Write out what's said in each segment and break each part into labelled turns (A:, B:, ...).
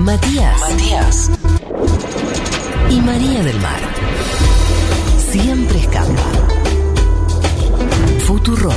A: Matías. Matías. Y María del Mar. Siempre escapa. Futuro.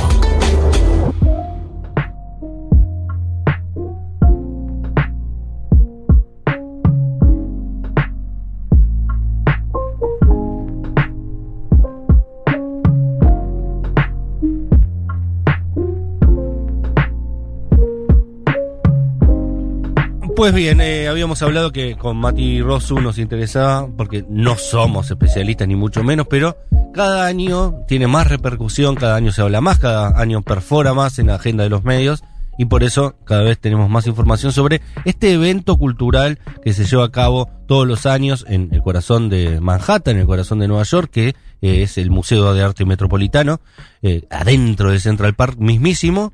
B: Pues bien, eh, habíamos hablado que con Mati Rosu nos interesaba, porque no somos especialistas ni mucho menos, pero cada año tiene más repercusión, cada año se habla más, cada año perfora más en la agenda de los medios y por eso cada vez tenemos más información sobre este evento cultural que se lleva a cabo todos los años en el corazón de Manhattan, en el corazón de Nueva York, que eh, es el Museo de Arte Metropolitano, eh, adentro de Central Park mismísimo,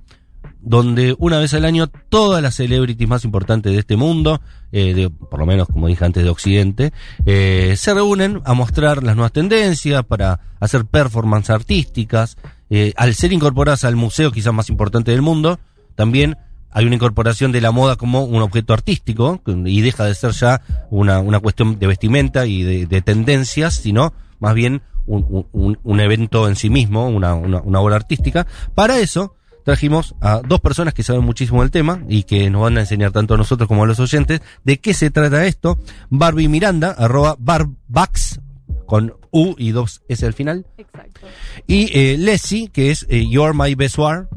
B: donde una vez al año todas las celebrities más importantes de este mundo, eh, de, por lo menos como dije antes de Occidente, eh, se reúnen a mostrar las nuevas tendencias, para hacer performances artísticas. Eh, al ser incorporadas al museo quizás más importante del mundo, también hay una incorporación de la moda como un objeto artístico y deja de ser ya una, una cuestión de vestimenta y de, de tendencias, sino más bien un, un, un evento en sí mismo, una, una, una obra artística. Para eso trajimos a dos personas que saben muchísimo del tema y que nos van a enseñar tanto a nosotros como a los oyentes de qué se trata esto. Barbie Miranda, arroba Barbax, con U y dos S al final.
C: Exacto.
B: Y eh, Leslie, que es eh, You're My Best War.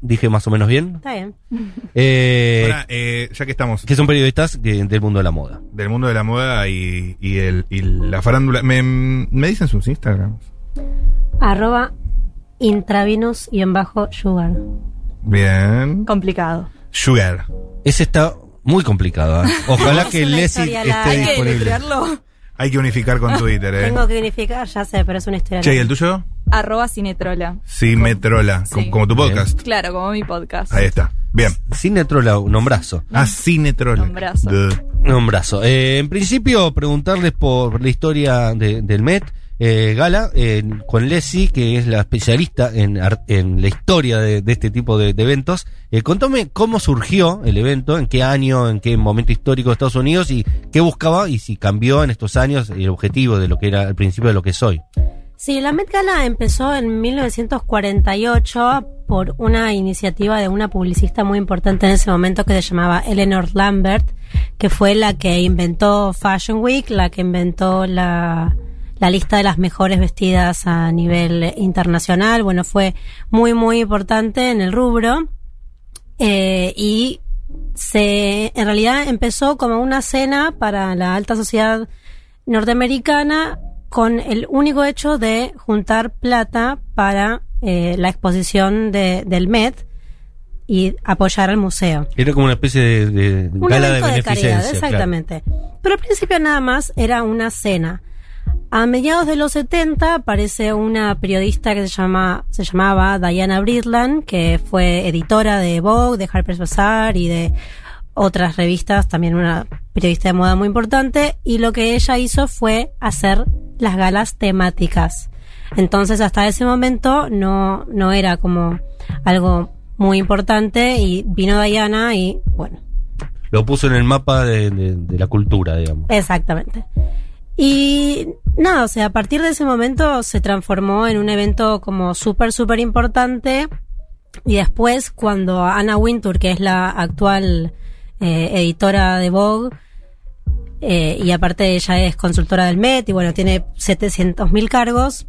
B: Dije más o menos bien.
C: Está bien.
B: Eh,
D: Ahora, eh, ya que estamos
B: que son periodistas que- del mundo de la moda.
D: del mundo de la moda y, y el, y la farándula, me, me dicen sus Instagrams.
E: Arroba intravenus y en bajo sugar.
D: Bien.
C: Complicado.
D: Sugar.
B: Esa está muy complicada. ¿eh? Ojalá que
E: Es una
B: Leslie
E: historia
B: esté
E: larga.
C: Hay que
B: disponible.
C: deletrearlo.
D: Hay que unificar con Twitter, ¿eh?
E: Tengo que unificar, ya sé, pero es una historia.
D: Che, ¿y el tuyo?
C: Arroba Cinetrola.
D: Sí, me trola.
C: sí.
D: com- Como tu podcast.
C: Claro, como mi podcast.
D: Ahí está. Bien.
B: Cinetrola, un hombrazo.
D: Ah, Cinetrola.
C: Nombrazo.
D: Duh.
B: Un hombrazo. Eh, en principio, preguntarles por la historia de- del Met. eh, Gala, eh, con Leslie, que es la especialista en, ar- en la historia de, de este tipo de, de eventos. Eh, contame cómo surgió el evento, en qué año, en qué momento histórico de Estados Unidos y qué buscaba y si cambió en estos años el objetivo de lo que era al principio de lo que es hoy.
E: Sí, la Met Gala empezó en 1948 por una iniciativa de una publicista muy importante en ese momento que se llamaba Eleanor Lambert, que fue la que inventó Fashion Week, la que inventó la, la lista de las mejores vestidas a nivel internacional. Bueno, fue muy, muy importante en el rubro. Eh, y se, en realidad empezó como una cena para la alta sociedad norteamericana con el único hecho de juntar plata para eh, la exposición de- del Met y apoyar al museo.
B: Era como una especie de, de
E: Un
B: gala de
E: evento de,
B: beneficencia.
E: caridad,
B: claro.
E: exactamente. Pero al principio nada más era una cena. A mediados de los 70 aparece una periodista que se, llama, se llamaba Diana Bridland, que fue editora de Vogue, de Harper's Bazaar y de otras revistas, también una periodista de moda muy importante, y lo que ella hizo fue hacer las galas temáticas. Entonces hasta ese momento no, no era como algo muy importante y vino Diana y bueno,
B: Lo puso en el mapa de, de- de la cultura, digamos.
E: Exactamente. Y nada, o sea, a partir de ese momento se transformó en un evento como súper, súper importante. Y después, cuando Anna Wintour, que es la actual eh, editora de Vogue, eh, y aparte ella es consultora del Met, y bueno, tiene 700.000 cargos.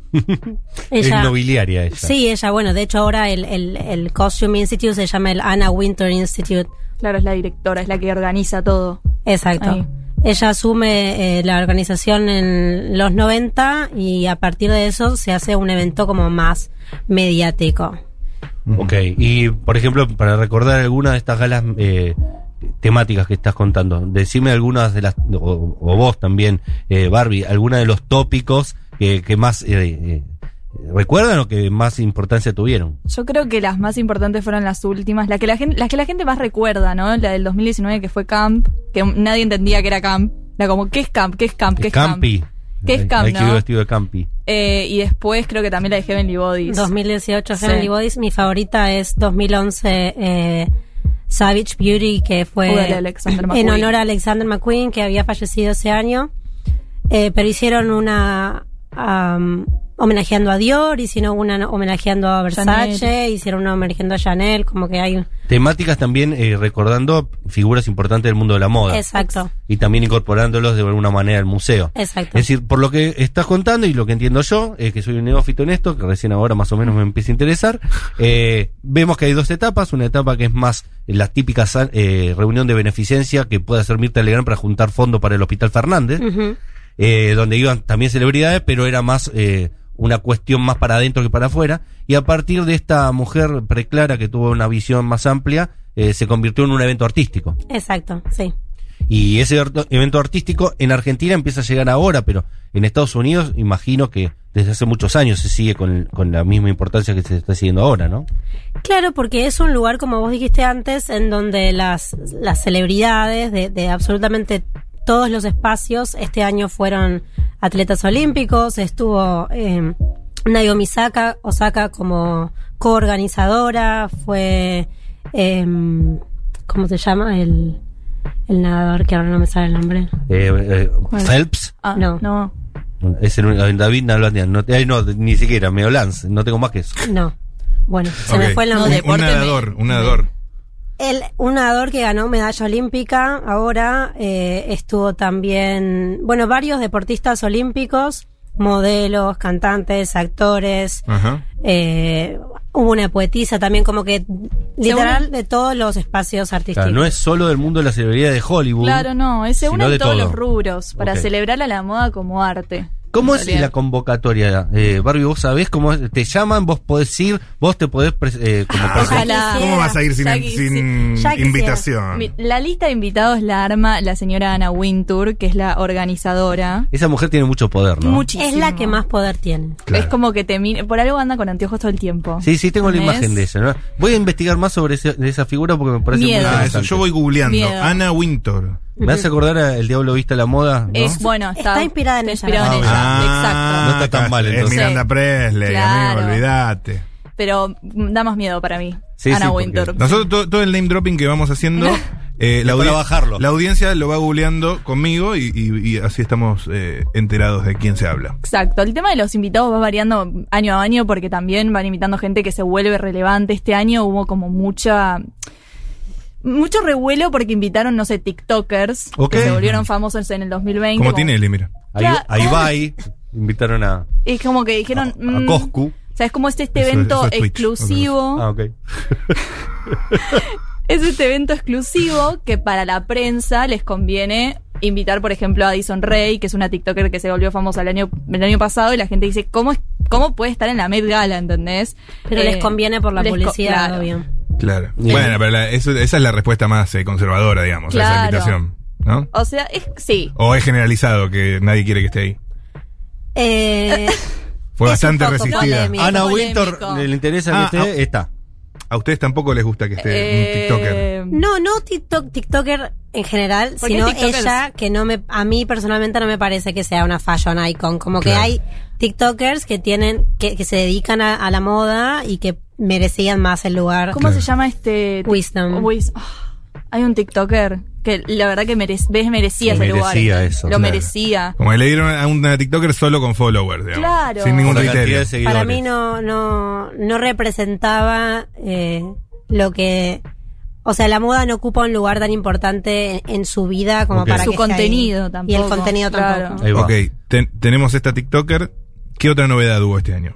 B: Es nobiliaria ella.
E: Sí, ella, bueno, de hecho ahora el, el, el Costume Institute se llama el Anna Wintour Institute.
C: Claro, es la directora, es la que organiza todo.
E: Exacto.
C: Ahí.
E: Ella asume eh, la organización en los 90 y a partir de eso se hace un evento como más mediático.
B: Ok, y por ejemplo, para recordar alguna de estas galas eh, temáticas que estás contando, decime algunas de las, o, o vos también, eh, Barbie, alguna de los tópicos que, que más eh, eh, recuerdan o que más importancia tuvieron.
C: Yo creo que las más importantes fueron las últimas, las que la gente, las que la gente más recuerda, ¿no? La del 2019 que fue Camp, que nadie entendía que era Camp. Era como, ¿qué es Camp? ¿Qué es Camp? ¿Qué es Camp?
B: Campi.
C: ¿Qué es
B: Hay-
C: camp,
B: Hay que ir
C: no?
B: vestido de Campi.
C: Eh, y después creo que también la de Heavenly Bodies.
E: 2018
C: Sí.
E: Heavenly Bodies, mi favorita es 2011 eh, Savage Beauty, que fue
C: O de Alexander
E: en
C: McQueen.
E: honor a Alexander McQueen, que había fallecido ese año. Eh, pero hicieron una am, homenajeando a Dior, hicieron una homenajeando a Versace,
C: Chanel.
E: hicieron una homenajeando a Chanel, como que hay...
B: Temáticas también eh, recordando figuras importantes del mundo de la moda.
E: Exacto,
B: Y también incorporándolos de alguna manera al museo.
E: exacto.
B: Es decir, por lo que estás contando y lo que entiendo yo, eh, que soy un neófito en esto, que recién ahora más o menos me empieza a interesar, eh, vemos que hay dos etapas. Una etapa que es más la típica sa- eh, reunión de beneficencia que puede hacer Mirta Legrand para juntar fondos para el Hospital Fernández,
E: Ujú.
B: eh, donde iban también celebridades, pero era más eh, una cuestión más para adentro que para afuera. Y a partir de esta mujer preclara que tuvo una visión más amplia, eh, se convirtió en un evento artístico.
E: Exacto, sí.
B: Y ese orto- evento artístico en Argentina empieza a llegar ahora, pero en Estados Unidos imagino que desde hace muchos años se sigue con, con la misma importancia que se está siguiendo ahora, ¿no?
E: Claro, porque es un lugar, como vos dijiste antes, en donde las, las celebridades de, de absolutamente todos los espacios, este año fueron atletas olímpicos, estuvo eh, Naomi Osaka, Osaka como coorganizadora, fue, em, ¿cómo se llama? El, el nadador, que ahora no me sale el nombre.
B: Eh, eh,
C: ¿Cuál?
B: Phelps
C: Ah,
E: No.
C: no.
B: es el único- David Nalbandian, no, te- ay, no, ni siquiera, Meo Lance, no tengo más que eso.
E: No. Bueno, se
D: Ok.
E: me fue el nombre.
D: Un- un,
F: deporte me-
D: nadador, un nadador.
E: El, un nadador que ganó medalla olímpica ahora eh, estuvo también, bueno, varios deportistas olímpicos, modelos, cantantes, actores,
D: Ajá.
E: eh, hubo una poetisa también, como que literal de todos los espacios artísticos.
B: Claro, no es solo del mundo de la celebridad de Hollywood.
C: Este. Claro, no. eh, Se
B: Sino Uh. de
C: unen todos
B: todo.
C: los rubros para
B: Ok.
C: celebrar a la moda como arte.
B: ¿Cómo
C: En
B: es
C: realidad.
B: la convocatoria? Eh, Barbie, vos sabés cómo es? te llaman, vos podés ir, vos te podés pres- eh, como
D: Ah,
B: present-
E: Ojalá.
D: ¿Cómo vas a ir sin,
C: Ya quisiera.
D: sin
E: Ya quisiera.
D: invitación?
C: Mi- La lista de invitados la arma la señora Ana Wintour, que es la organizadora.
B: Esa mujer tiene mucho poder, ¿no?
C: Muchísimo.
E: es la que más poder tiene.
D: Claro.
C: Es como que te mira- Por algo anda con anteojos todo el tiempo.
B: Sí, sí, tengo la
C: ¿Entendés?
B: imagen de eso. ¿no? Voy a investigar más sobre ese- de esa figura porque me parece
C: Miedo.
B: muy
D: Ah,
B: interesante.
D: eso yo voy googleando.
C: Miedo.
D: Ana Winter.
B: Me hace acordar a El Diablo Vista a la Moda, ¿no?
C: Es bueno, está,
E: Está inspirada en ella.
C: inspirado en ella,
D: Ah,
B: No está tan
D: acá
B: mal,
D: Es
B: entonces.
D: Miranda
C: Sí.
D: Presley,
C: Claro.
D: amigo, olvídate.
C: exacto. Pero mm, da más miedo para mí.
B: Sí, sí,
C: Ana
B: porque
C: Wintour.
D: Nosotros todo, todo el name dropping que vamos haciendo, eh, la,
B: para
D: audien-
B: bajarlo.
D: la audiencia lo va googleando conmigo y, y- y así estamos eh, enterados de quién se habla.
C: Exacto, el tema de los invitados va variando año a año porque también van invitando gente que se vuelve relevante. Este año hubo como mucha mucho revuelo porque invitaron, no sé, TikTokers
B: Ok.
C: que se volvieron famosos en el 2020.
D: Como
C: como-
D: tiene Eli, mira.
B: Ahí,
C: Claro.
B: ahí va, ahí invitaron a,
C: Es como que dijeron.
B: a
C: mm,
B: Coscu.
C: O sea, es como este, este
D: Eso-
C: evento
D: eso es Twitch,
C: exclusivo.
B: Ah, ok.
D: Ah.
C: Es este evento exclusivo que para la prensa les conviene invitar, por ejemplo, a Addison Rey, que es una TikToker que se volvió famosa el año, el año pasado, y la gente dice, ¿cómo, es- cómo puede estar en la Met Gala, entendés?
E: Pero
C: Eh,
E: les conviene por la
C: les co-
E: publicidad,
C: claro.
E: obvio.
D: Claro.
B: Bien.
D: Bueno, pero la- eso- esa es la respuesta más eh, conservadora, digamos, a esa
C: Claro.
D: invitación. ¿No?
C: O sea, es, sí.
D: O es generalizado que nadie quiere que esté ahí.
E: Eh,
D: Fue
E: Es
D: bastante
E: un poco
D: resistida.
E: polémico.
B: Ana
C: polémico.
B: Winter, le le interesa
D: Ah,
B: que esté, está.
D: A ustedes tampoco les gusta que esté
C: Eh,
D: Este, un TikToker.
E: no, no TikTok, TikToker en general,
C: ¿Por qué
E: sino
C: TikTokers?
E: ella, que no me, a mí personalmente no me parece que sea una fashion icon. Como que
D: Claro.
E: hay TikTokers que tienen, que, que se dedican a, a la moda y que merecían más el lugar.
C: ¿Cómo
D: Claro.
C: se llama este?
E: Wisdom.
C: Wis- ah, hay un TikToker que la verdad que merec- ves merecía
B: Lo
C: ese lugar.
B: merecía
C: ¿entendés?
B: eso,
C: Lo
B: claro.
C: merecía.
D: Como que le dieron a una TikToker solo con followers, digamos.
C: Claro.
D: Sin ningún
B: Por la cantidad
D: criterio.
B: de seguidores. Ah,
E: Para mí no, no, no representaba eh, lo que, o sea, la moda no ocupa un lugar tan importante en, en su vida como
B: Ok.
E: para
C: Su
E: que esté
C: contenido
E: ahí.
C: tampoco,
E: y el contenido
C: claro.
E: tampoco.
B: Ahí va.
D: Ok, ten- tenemos esta TikToker. ¿Qué otra novedad hubo este año?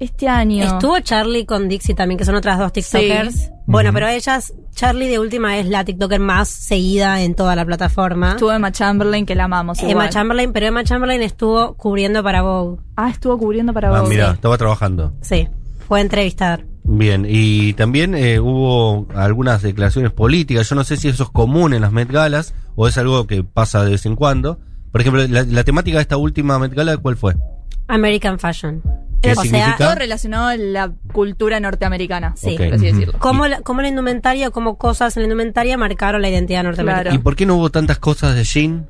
C: Este año.
E: Estuvo Charlie con Dixie también, que son otras dos TikTokers.
C: Sí.
E: Bueno, pero ellas, Charlie de última es la TikToker más seguida en toda la plataforma.
C: Estuvo Emma Chamberlain, que la amamos.
E: Ah. Emma
C: igual.
E: Chamberlain, pero Emma Chamberlain estuvo cubriendo para Vogue.
C: Ah, estuvo cubriendo para
B: Ah,
C: vos.
B: mira, estaba trabajando.
E: Sí, fue a entrevistar.
B: Bien, y también eh, hubo algunas declaraciones políticas. Yo no sé si eso es común en las Met Galas o es algo que pasa de vez en cuando. Por ejemplo, la, la temática de esta última Met Gala, ¿cuál fue?
E: American Fashion.
B: ¿Qué
E: o sea,
B: significa?
C: Todo relacionado a la cultura norteamericana.
E: Sí.
B: Ok.
C: Por así decirlo.
E: Cómo la, cómo la indumentaria, cómo cosas en la indumentaria marcaron la identidad norteamericana.
B: ¿Y por qué no hubo tantas cosas de Jean?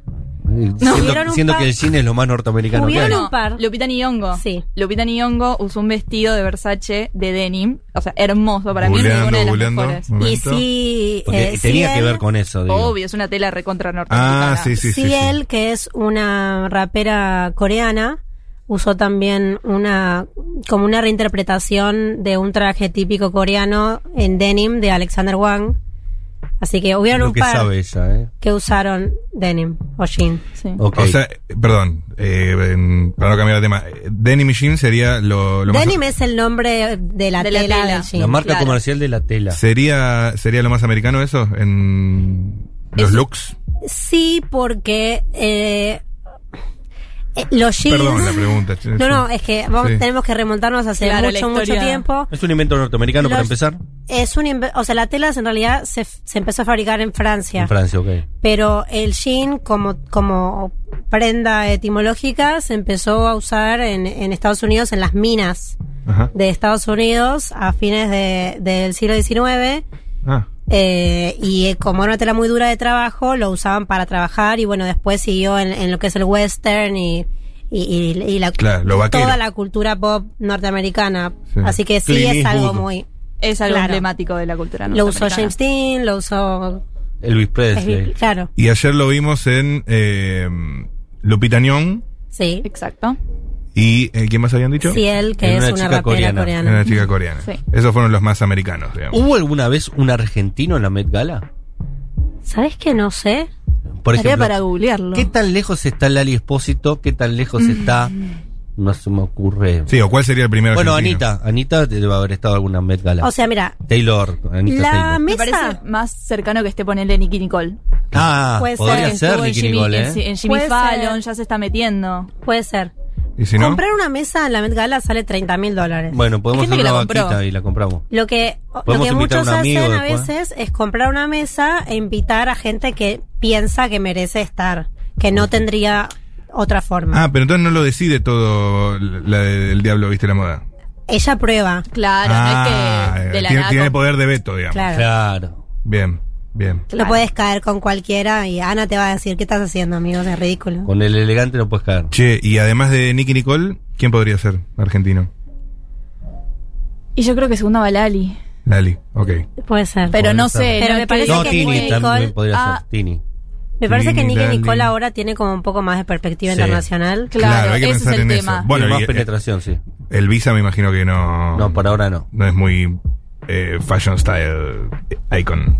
B: eh,
E: Hubieron
B: siendo,
E: un
B: siendo
E: par-
B: que el cine es lo más norteamericano que hay.
E: Hubieron un par.
C: Lupita Nyong'o.
E: Sí.
C: Lupita Nyong'o usó un vestido de Versace de denim, o sea, hermoso para mí, es
D: Googleando,
C: una de las
D: googleando.
C: mejores.
E: Y
D: Momento.
E: sí,
B: Porque
E: eh,
B: tenía que
E: Ciel-
B: ver con eso, digo.
C: Obvio, es una tela recontra norteamericana.
D: Ah, sí, sí, sí. sí.
E: Ciel, que es una rapera coreana, usó también una como una reinterpretación de un traje típico coreano en denim de Alexander Wang. Así que hubieron
B: Lo
E: un
B: que
E: par
B: sabe ella, ¿eh?
E: que usaron denim o jean.
C: Sí.
B: Ok.
D: O sea, eh, perdón, eh, en- para no cambiar de tema, eh, Denim y Jean sería lo, lo más...
E: Denim es el nombre de la
C: De la
E: tela,
C: tela.
E: del
B: la
E: jean.
B: marca
C: claro.
B: comercial de la tela.
D: ¿Sería, ¿Sería lo más americano eso? En los
C: Eso-
D: looks.
E: Sí, porque eh, eh, los jeans.
D: Perdón la pregunta. che,
E: No,
D: sí.
E: no, es que vamos,
D: Sí.
E: tenemos que remontarnos hace
C: Claro, la
E: mucho, mucho
C: historia.
E: tiempo.
B: Es un invento norteamericano para
E: Los-
B: empezar.
E: Es un, inve- o sea, la tela en realidad se, f- se empezó a fabricar en Francia,
B: En Francia, ok.
E: pero el jean como como prenda etimológica se empezó a usar en, en Estados Unidos en las minas
D: Ajá.
E: de Estados Unidos a fines de- del siglo XIX
D: Ah,
E: eh, y eh, como era una tela muy dura de trabajo lo usaban para trabajar y bueno después siguió en, en lo que es el western y y, y- y la,
D: Claro, lo vaquero.
E: toda la cultura pop norteamericana
D: Sí.
E: así que sí
B: Clint
E: es algo
B: Eastwood.
E: muy
C: Es algo
E: Claro.
C: emblemático de la cultura
E: lo usó
C: norteamericana.
E: James Dean, lo usó.
B: Elvis Presley.
E: Claro,
D: y ayer lo vimos en eh, Lupita Nyong
E: sí.
C: Exacto.
D: y eh, ¿quién más habían dicho?
E: Ciel, que
B: En
E: es
B: una
E: una,
B: chica
E: rapera
B: coreana.
E: coreana.
D: Era una chica coreana.
C: Sí.
D: Esos fueron los más americanos, digamos.
B: ¿Hubo alguna vez un argentino en la Met Gala?
E: ¿Sabes qué? No sé.
B: Por
C: Estaría
B: ejemplo,
C: para googlearlo.
B: ¿qué tan lejos está Lali Espósito? ¿Qué tan lejos
E: Mm.
B: está? No se me ocurre.
D: Sí, o cuál sería el primero.
B: bueno,
D: argentino?
B: Anita. Anita debe haber estado en alguna Met Gala.
E: O sea, mira,
B: Taylor. Anita
E: La
B: Taylor.
E: me-
C: Me parece
E: Esa.
C: más cercano que esté ponerle Nicky Nicole.
B: Ah,
E: Puede ser
B: podría
E: que
B: ser
C: Estuvo en
B: Nicky
C: Jimmy,
B: Nicole,
C: en,
B: ¿eh?
C: en Jimmy
E: Puede
C: Fallon,
E: ser.
C: ya se está metiendo.
E: puede ser.
D: ¿Y si no?
E: Comprar una mesa en la Met Gala sale 30 mil dólares.
B: Bueno, podemos
C: gente
B: hacer
C: que la
B: una
C: compró.
B: vaquita y la compramos.
E: Lo que, lo
B: Podemos
E: que
B: invitar a
E: muchos
B: un
E: hacen
B: amigo
E: a
B: después.
E: veces es comprar una mesa e invitar a gente que piensa que merece estar, que no tendría otra forma.
D: Ah, pero entonces no lo decide todo la, el diablo, viste la moda.
E: Ella prueba.
C: Claro,
D: ah,
C: no es que de la
D: tiene,
C: nada
D: tiene
C: con-
D: poder de veto, digamos.
E: Claro.
B: Claro.
D: Bien, bien.
E: No puedes caer con cualquiera y Ana te va a decir, ¿qué estás haciendo, amigo? Es ridículo.
B: Con el elegante no puedes caer.
D: Che, y además de Nicky Nicole, ¿quién podría ser argentino?
C: Y yo creo que segunda va Lali.
D: Lali, ok.
E: Puede ser.
C: Pero no
D: ser.
C: sé.
E: Pero
C: no
E: me
C: es
E: parece
B: No,
E: que
B: Tini
E: Nicky
B: también
E: Nicole-
B: podría
C: ah.
B: ser. Tini.
E: Me parece que
D: Trini,
E: Nicky
D: Dali.
E: Nicole ahora tiene como un poco más de perspectiva
B: Sí.
E: internacional.
C: Claro,
D: hay que
C: ese
D: pensar
C: es el
D: en
C: tema.
D: eso. Bueno,
B: Tiene
D: y,
B: más
D: eh,
B: penetración, sí.
D: El Visa me imagino que no.
B: No, por ahora no.
D: no es muy eh, fashion style icon.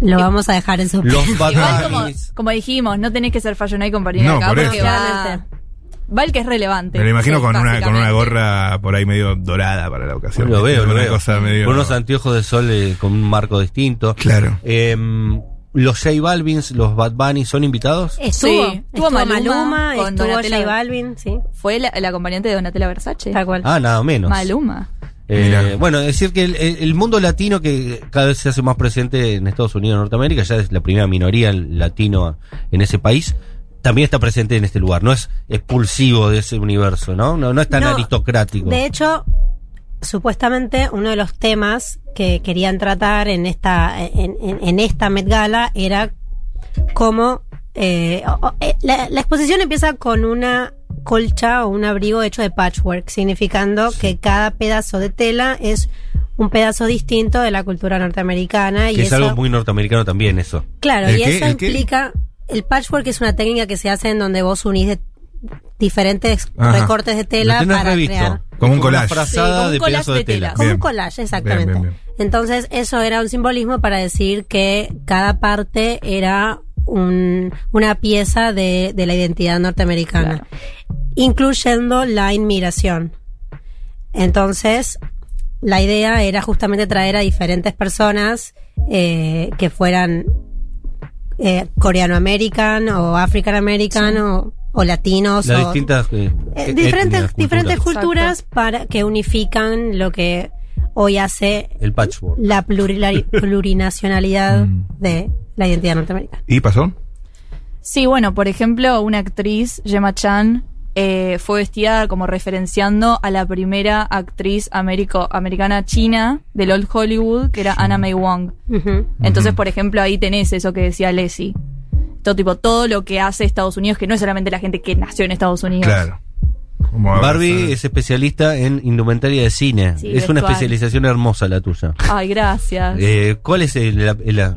E: Lo vamos a dejar en su
B: Los Bad
C: Igual como,
B: Bunnies.
C: como dijimos, no tenés que ser fashion icon para ir
D: No,
C: acá
D: por
C: porque
D: eso.
C: va, va el que es relevante.
D: Me lo imagino
C: Sí,
D: con, una, con una
C: básicamente.
D: gorra por ahí medio dorada para la ocasión.
B: Lo veo, lo
D: Una
B: veo.
D: cosa medio-
B: Con unos anteojos de sol eh, con un marco distinto.
D: Claro.
B: Em, los J Balvins, los Bad Bunnies, ¿son
C: Eh,
B: invitados?
E: Estuvo,
C: Sí, estuvo
E: estuvo Maluma,
C: Maluma, con
E: estuvo
C: Donatella-
E: J Balvin, sí,
C: Fue la, el acompañante de Donatella Versace.
E: tal cual.
B: Ah, nada menos.
C: Maluma.
B: Eh,
D: Mirá.
B: bueno, decir que el, el- el mundo latino que cada vez se hace más presente en Estados Unidos, en Norteamérica, ya es la primera minoría el latino en ese país, también está presente en este lugar. No es expulsivo de ese universo, ¿no? No, no es tan
E: No,
B: aristocrático.
E: De hecho, supuestamente uno de los temas que querían tratar en esta, en, en- en esta Met Gala era cómo eh, o- o- eh, la, la exposición empieza con una colcha o un abrigo hecho de patchwork, significando que cada pedazo de tela es un pedazo distinto de la cultura norteamericana y
B: que es
E: eso,
B: algo muy norteamericano también eso.
E: claro,
D: ¿El
E: y
D: qué?
E: eso
D: ¿El qué?
E: implica el patchwork es una técnica que se hace en donde vos unís de- diferentes
D: Ajá.
E: recortes de
B: Lo
E: tela
B: tenés
E: para
B: revisto.
D: Como
E: crear
D: un
B: Como una
D: collage.
B: frazada
C: Sí, como un
B: de
C: collage
B: pedazos de
C: de
B: tela.
C: tela.
E: Como
D: Bien.
E: un collage, exactamente.
D: Bien, bien,
E: Entonces, eso era un simbolismo para decir que cada parte era un- una pieza de, de la identidad norteamericana, incluyendo la inmigración. Entonces, la idea era justamente traer a diferentes personas eh, que fueran eh, coreano-american o african-american o, o latinos
B: Las
E: o
B: distintas. eh,
E: eh,
B: etnias,
E: diferentes
B: culturas.
E: diferentes
C: Exacto.
E: culturas para que unifican lo que hoy hace
B: El patchwork.
E: la plurila- plurinacionalidad
D: Mm.
E: de la identidad norteamericana.
D: ¿Y pasó?
C: Sí, bueno, por ejemplo, una actriz, Gemma Chan, eh, fue vestida como referenciando a la primera actriz américo- americana china del Old Hollywood, que era Anna May Wong.
E: Ujú.
C: Entonces, por ejemplo, ahí tenés eso que decía Leslie. todo tipo, todo lo que hace Estados Unidos, que no es solamente la gente que nació en Estados Unidos.
D: Claro. Como ahora,
B: Barbie
D: ¿sabes?
B: es especialista en indumentaria de cine.
C: Sí,
B: es
C: virtual.
B: una especialización hermosa la tuya.
C: Ay, gracias.
B: Eh, ¿Cuál es el, la- el- la-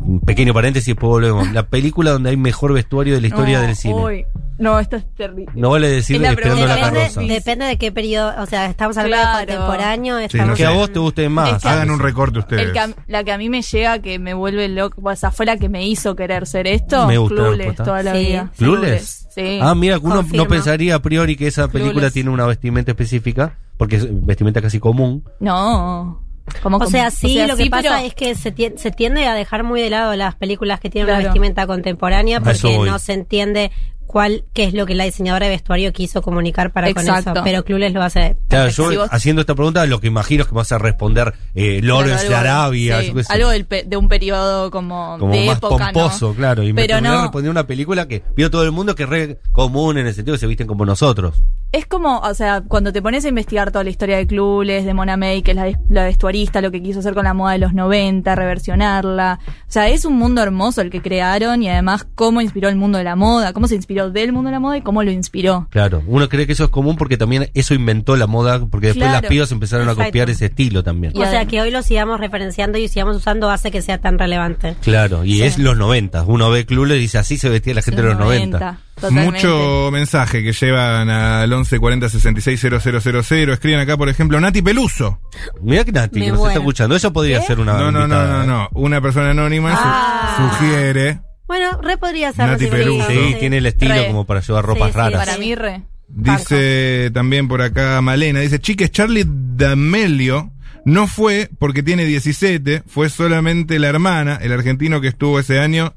B: un pequeño paréntesis, después volvemos? La película donde hay mejor vestuario de la historia
C: No,
B: del cine.
C: uy, no, esto es terrible.
B: No vale decir
C: Es la
B: esperando la
C: pregunta.
B: carroza.
E: Depende, depende de qué periodo, o sea, estamos hablando
C: Claro.
E: de contemporáneo.
D: Sí, no
E: Estamos
B: Que a
D: sé.
B: vos te guste más.
C: Es que-
D: ah, Hagan un recorte ustedes.
C: El que a- la que a mí me llega, que me vuelve loco, o sea, fue la que me hizo querer ser esto.
B: Me gusta la
C: Clueless
B: respuesta.
C: toda la
E: Sí.
C: vida.
B: ¿Clueless?
C: Sí.
B: Ah, mira, uno
E: Confirmo.
B: no pensaría a priori que esa película
C: Clueless.
B: tiene una vestimenta específica, porque es vestimenta casi común.
C: no. Como,
E: O
C: como-
E: sea, sí, lo que pasa
C: pero-
E: es que se, tie- se tiende a dejar muy de lado las películas que tienen una
C: Claro.
E: vestimenta contemporánea
B: A eso
E: porque
B: voy.
E: no se entiende cuál qué es lo que la diseñadora de vestuario quiso comunicar para
C: Exacto.
E: con eso. Pero Clueless lo hace.
B: Claro,
C: Perfecto.
B: yo
C: Si vos-
B: haciendo esta pregunta, lo que imagino es que vas a responder eh, Lawrence
C: Claro,
B: de
C: algo-
B: Arabia,
C: sí,
B: yo qué sé,
C: algo del pe- de un periodo como,
B: como
C: de
B: más
C: época, ¿no?
B: pomposo, claro. Y
C: Pero
B: me terminé
C: no.
B: respondiendo una película que vio todo el mundo que es re común en el sentido que se visten como nosotros.
C: Es como, o sea, cuando te pones a investigar toda la historia de Clueless, de Mona May, que es la, des- la vestuarista, lo que quiso hacer con la moda de los 90, reversionarla. O sea, es un mundo hermoso el que crearon y además cómo inspiró el mundo de la moda, cómo se inspiró del mundo de la moda y cómo lo inspiró.
B: Claro, uno cree que eso es común porque también eso inventó la moda, porque después
C: Claro.
B: las pibas empezaron a
E: Exacto.
B: copiar ese estilo también.
C: Y
E: o sea,
C: además-
E: que hoy lo sigamos referenciando y sigamos usando hace que sea tan relevante.
B: Claro, y es los 90. Uno ve Clueless y dice, así se vestía la gente de los 90.
C: totalmente.
D: Mucho mensaje que llevan al 1140660000. Escriben acá, por ejemplo, Nati Peluso.
B: Mirá que Nati,
E: Me
B: que nos está
E: muero.
B: escuchando. Eso podría ser una
D: No, no, no,
B: Ah, invitada. ¿eh?
D: no, no. Una persona anónima su-
E: Ah.
D: sugiere.
E: Bueno, re podría ser.
D: Nati
E: recibida,
D: Peluso.
B: Sí,
E: sí.
B: tiene el estilo
C: Re.
B: como para llevar ropas
E: Sí, sí,
B: raras.
C: Para mí, re.
D: Dice también por acá Malena, dice, chiques, Charlie D'Amelio no fue porque tiene 17, fue solamente la hermana, el argentino que estuvo ese año,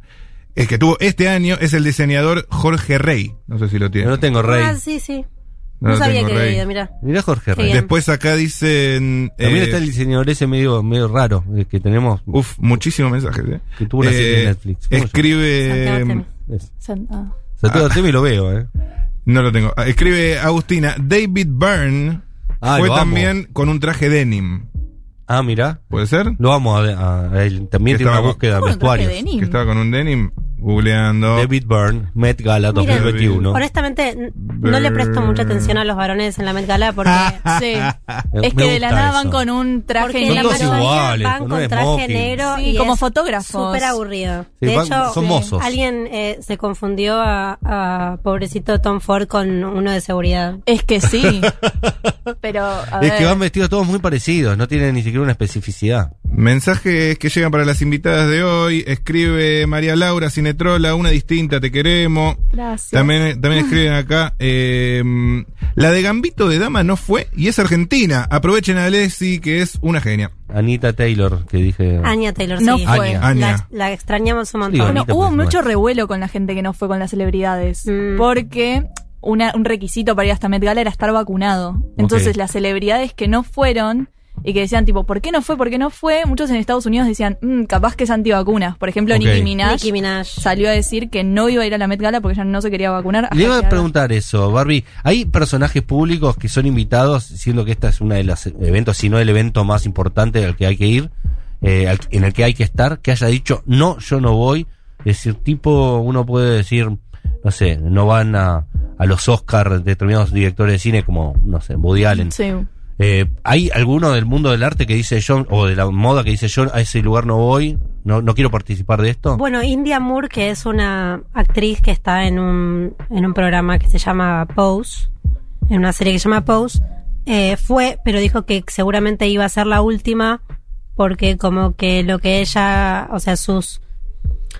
D: el que tuvo este año es el diseñador Jorge Rey. No sé si lo
B: Yo
D: tiene.
B: no tengo rey.
E: Ah, sí, sí.
D: No
E: No,
D: lo
E: sabía
D: tengo,
E: que
D: Rey.
E: había ido, mirá. Ah,
B: Mirá Jorge
E: Sí,
B: Rey.
E: bien.
D: Después acá dicen...
B: También
D: eh,
B: está el diseñador ese medio, medio raro eh, que tenemos.
D: Uf, muchísimos mensajes. ¿eh?
B: Que tuvo una serie de Netflix. ¿Cómo se
D: Escribe...
B: Eh,
E: Santiago Artemis.
B: Es.
C: Son- ah.
B: Santiago Artemi lo veo, ¿eh?
D: No lo tengo. Ah, Escribe Agustina, David Byrne
B: Ah,
D: fue
B: lo amo.
D: también con un traje denim.
B: Ah, mirá.
D: ¿Puede ser?
B: Lo amo a, a- a él. También
D: Que
B: tiene una
D: estaba-
B: búsqueda de
C: ¿Cómo un traje de
B: vestuarios.
D: Que
C: denim?
D: estaba con un denim googleando.
B: David Byrne, Met Gala
E: Mira,
B: 2021.
E: Honestamente, n- no le presto
B: Eh.
E: mucha atención a los varones en la Met Gala porque.
B: Ah.
C: Sí.
B: Me
C: es que de
B: gusta
C: la nada van
B: eso.
C: con un traje
E: Porque
B: Son
E: la
C: negro.
B: todos
E: mayoría
B: iguales,
E: van
B: con
E: con
B: un
E: traje
B: smoking.
E: negro
C: Sí,
E: y
C: como
E: es
C: fotógrafos.
E: Súper aburrido.
B: Sí,
E: de
B: van-
E: hecho,
B: son
E: sí.
B: mozos.
E: alguien eh, se confundió a, a pobrecito Tom Ford con uno de seguridad.
C: Es que sí. Pero, a
B: Es
C: ver.
B: que van vestidos todos muy parecidos, no tienen ni siquiera una especificidad.
D: Mensajes que llegan para las invitadas de hoy. Escribe María Laura Cinetrola, una distinta, te queremos.
C: Gracias.
D: También,
C: Ah.
D: también escriben acá. eh, la de Gambito de Dama no fue y es argentina. Aprovechen a Lessi, que es una genia.
B: Anita Taylor, que dije.
E: Anya Taylor,
C: No
E: sí.
C: fue.
E: La-
D: Anya.
E: La, extrañamos un
B: Digo,
E: montón.
C: Bueno,
B: Anita,
C: hubo
B: pues, no
C: mucho
B: es.
C: revuelo con la gente que no fue con las celebridades.
E: Mm.
C: Porque una- un requisito para ir hasta Met Gala era estar vacunado. Entonces,
B: Ok.
C: las celebridades que no fueron y que decían, tipo, ¿por qué no fue? ¿Por qué no fue? Muchos en Estados Unidos decían, "Mm, capaz que es antivacunas. Por ejemplo,
B: Ok.
C: Nicki Minaj.
E: Nicki Minaj.
C: Salió a decir que no iba a ir a la Met Gala porque ya no se quería vacunar. hasta
B: Le iba
C: que
B: a
C: ahora-
B: preguntar eso, Barbie. ¿Hay personajes públicos que son invitados, siendo que esta es una de los eventos, si no el evento más importante al que hay que ir, eh, al- en el que hay que estar, que haya dicho, no, yo no voy? Es decir, tipo, uno puede decir, no sé, no van a, a los Oscars determinados directores de cine como, no sé, Woody Allen.
C: Sí.
B: Eh, ¿Hay alguno del mundo del arte que dice yo, o de la moda que dice yo, a ese lugar no voy, no, no quiero participar de esto?
E: Bueno, India Moore, que es una actriz que está en un, en un programa que se llama Pose, en una serie que se llama Pose, eh, fue, pero dijo que seguramente iba a ser la última, porque como que lo que ella, o sea, sus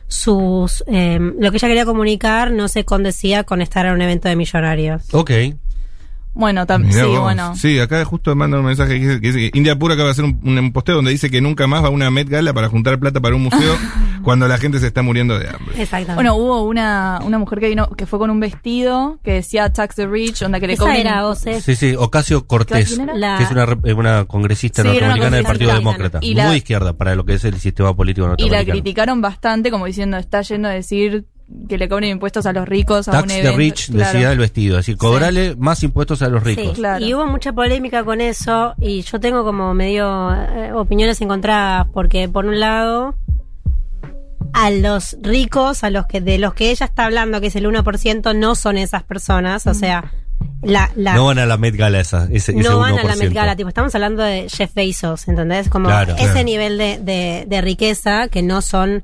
E: sus eh, lo que ella quería comunicar no se condecía con estar en un evento de millonarios.
B: Ok.
C: Bueno, también. Um, Sí,
D: Mirá vos.
C: bueno.
D: Sí, acá justo manda un mensaje que dice que, dice que India Pura acaba de hacer un, un posteo donde dice que nunca más va a una Met Gala para juntar plata para un museo cuando la gente se está muriendo de hambre.
E: Exactamente.
C: Bueno, hubo una, una mujer que vino, que fue con un vestido que decía Tax the Rich, onda que le
E: esa
C: cobren-
E: era Ose.
B: Sí, sí, Ocasio Cortés,
C: ¿Quién era?
E: La-
B: que es una, rep- eh, una congresista
E: Sí, era una
B: norteamericana del
E: congresista
B: Partido
E: norteamericana.
B: Demócrata,
C: Y la-
B: muy izquierda para lo que es el sistema político
C: Y la
B: norteamericano.
C: criticaron bastante, como diciendo, está yendo a decir que le cobren impuestos a los ricos a
B: Tax
C: un
B: the
C: evento.
B: rich
C: Claro.
B: decía el vestido, es decir, cobrale más impuestos a los
E: Sí,
B: ricos.
C: Claro.
E: Y hubo mucha polémica con eso y yo tengo como medio eh, opiniones encontradas porque por un lado a los ricos, a los que de los que ella está hablando, que es el 1%, no son esas personas, o sea, la, la
B: No van a la Met Gala esa, ese, ese
E: no van a la
B: 1%.
E: Met Gala, tipo, estamos hablando de Jeff Bezos, ¿entendés? Como
B: Claro,
E: ese
D: claro.
E: nivel de, de- de riqueza que no son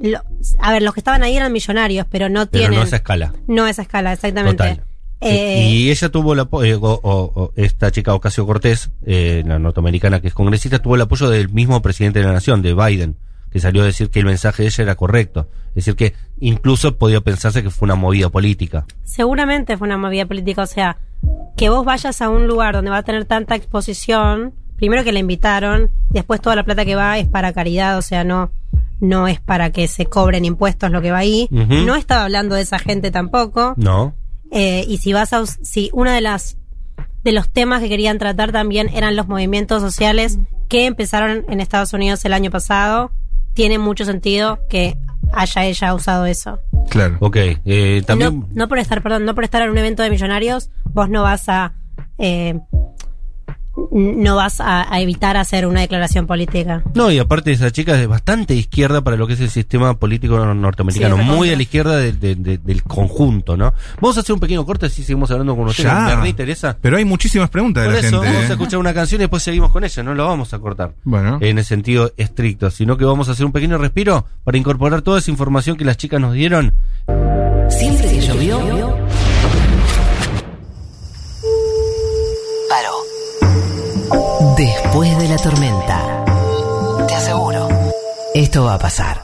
E: lo- a ver, los que estaban ahí eran millonarios, pero no
B: Pero
E: tienen
B: no esa escala.
E: no esa escala, exactamente.
B: Total.
E: Eh,
B: y ella tuvo el eh, apoyo, esta chica Ocasio Cortés, eh, la norteamericana que es congresista, tuvo el apoyo del mismo presidente de la nación, de Biden, que salió a decir que el mensaje de ella era correcto. Es decir, que incluso podía pensarse que fue una movida política.
E: seguramente fue una movida política. O sea, que vos vayas a un lugar donde va a tener tanta exposición, primero que la invitaron, después toda la plata que va es para caridad, o sea, no no es para que se cobren impuestos lo que va ahí.
B: Ujú.
E: No estaba hablando de esa gente tampoco.
B: ¿No?
E: Eh, y si vas a us- si una de las de los temas que querían tratar también eran los movimientos sociales que empezaron en Estados Unidos el año pasado, tiene mucho sentido que haya ella usado eso.
D: Claro.
B: Ok. eh, también...
E: No, no por estar, perdón, no por estar en un evento de millonarios, vos no vas a eh, no vas a, a evitar hacer una declaración política.
B: No, y aparte esa chica es bastante izquierda para lo que es el sistema político norteamericano,
E: Sí, recontra.
B: muy a la izquierda de- de- de- del conjunto, ¿no? Vamos a hacer un pequeño corte, así seguimos hablando con ustedes.
D: Ya.
B: Bernie, Teresa.
D: Pero hay muchísimas preguntas de
B: Por
D: la
B: eso,
D: gente.
B: vamos a
D: ¿eh?
B: escuchar una canción y después seguimos con ella, no la vamos a cortar.
D: Bueno.
B: En el sentido estricto, sino que vamos a hacer un pequeño respiro para incorporar toda esa información que las chicas nos dieron.
A: Siempre que llovió, paró. Después de la tormenta, te aseguro, esto va a pasar.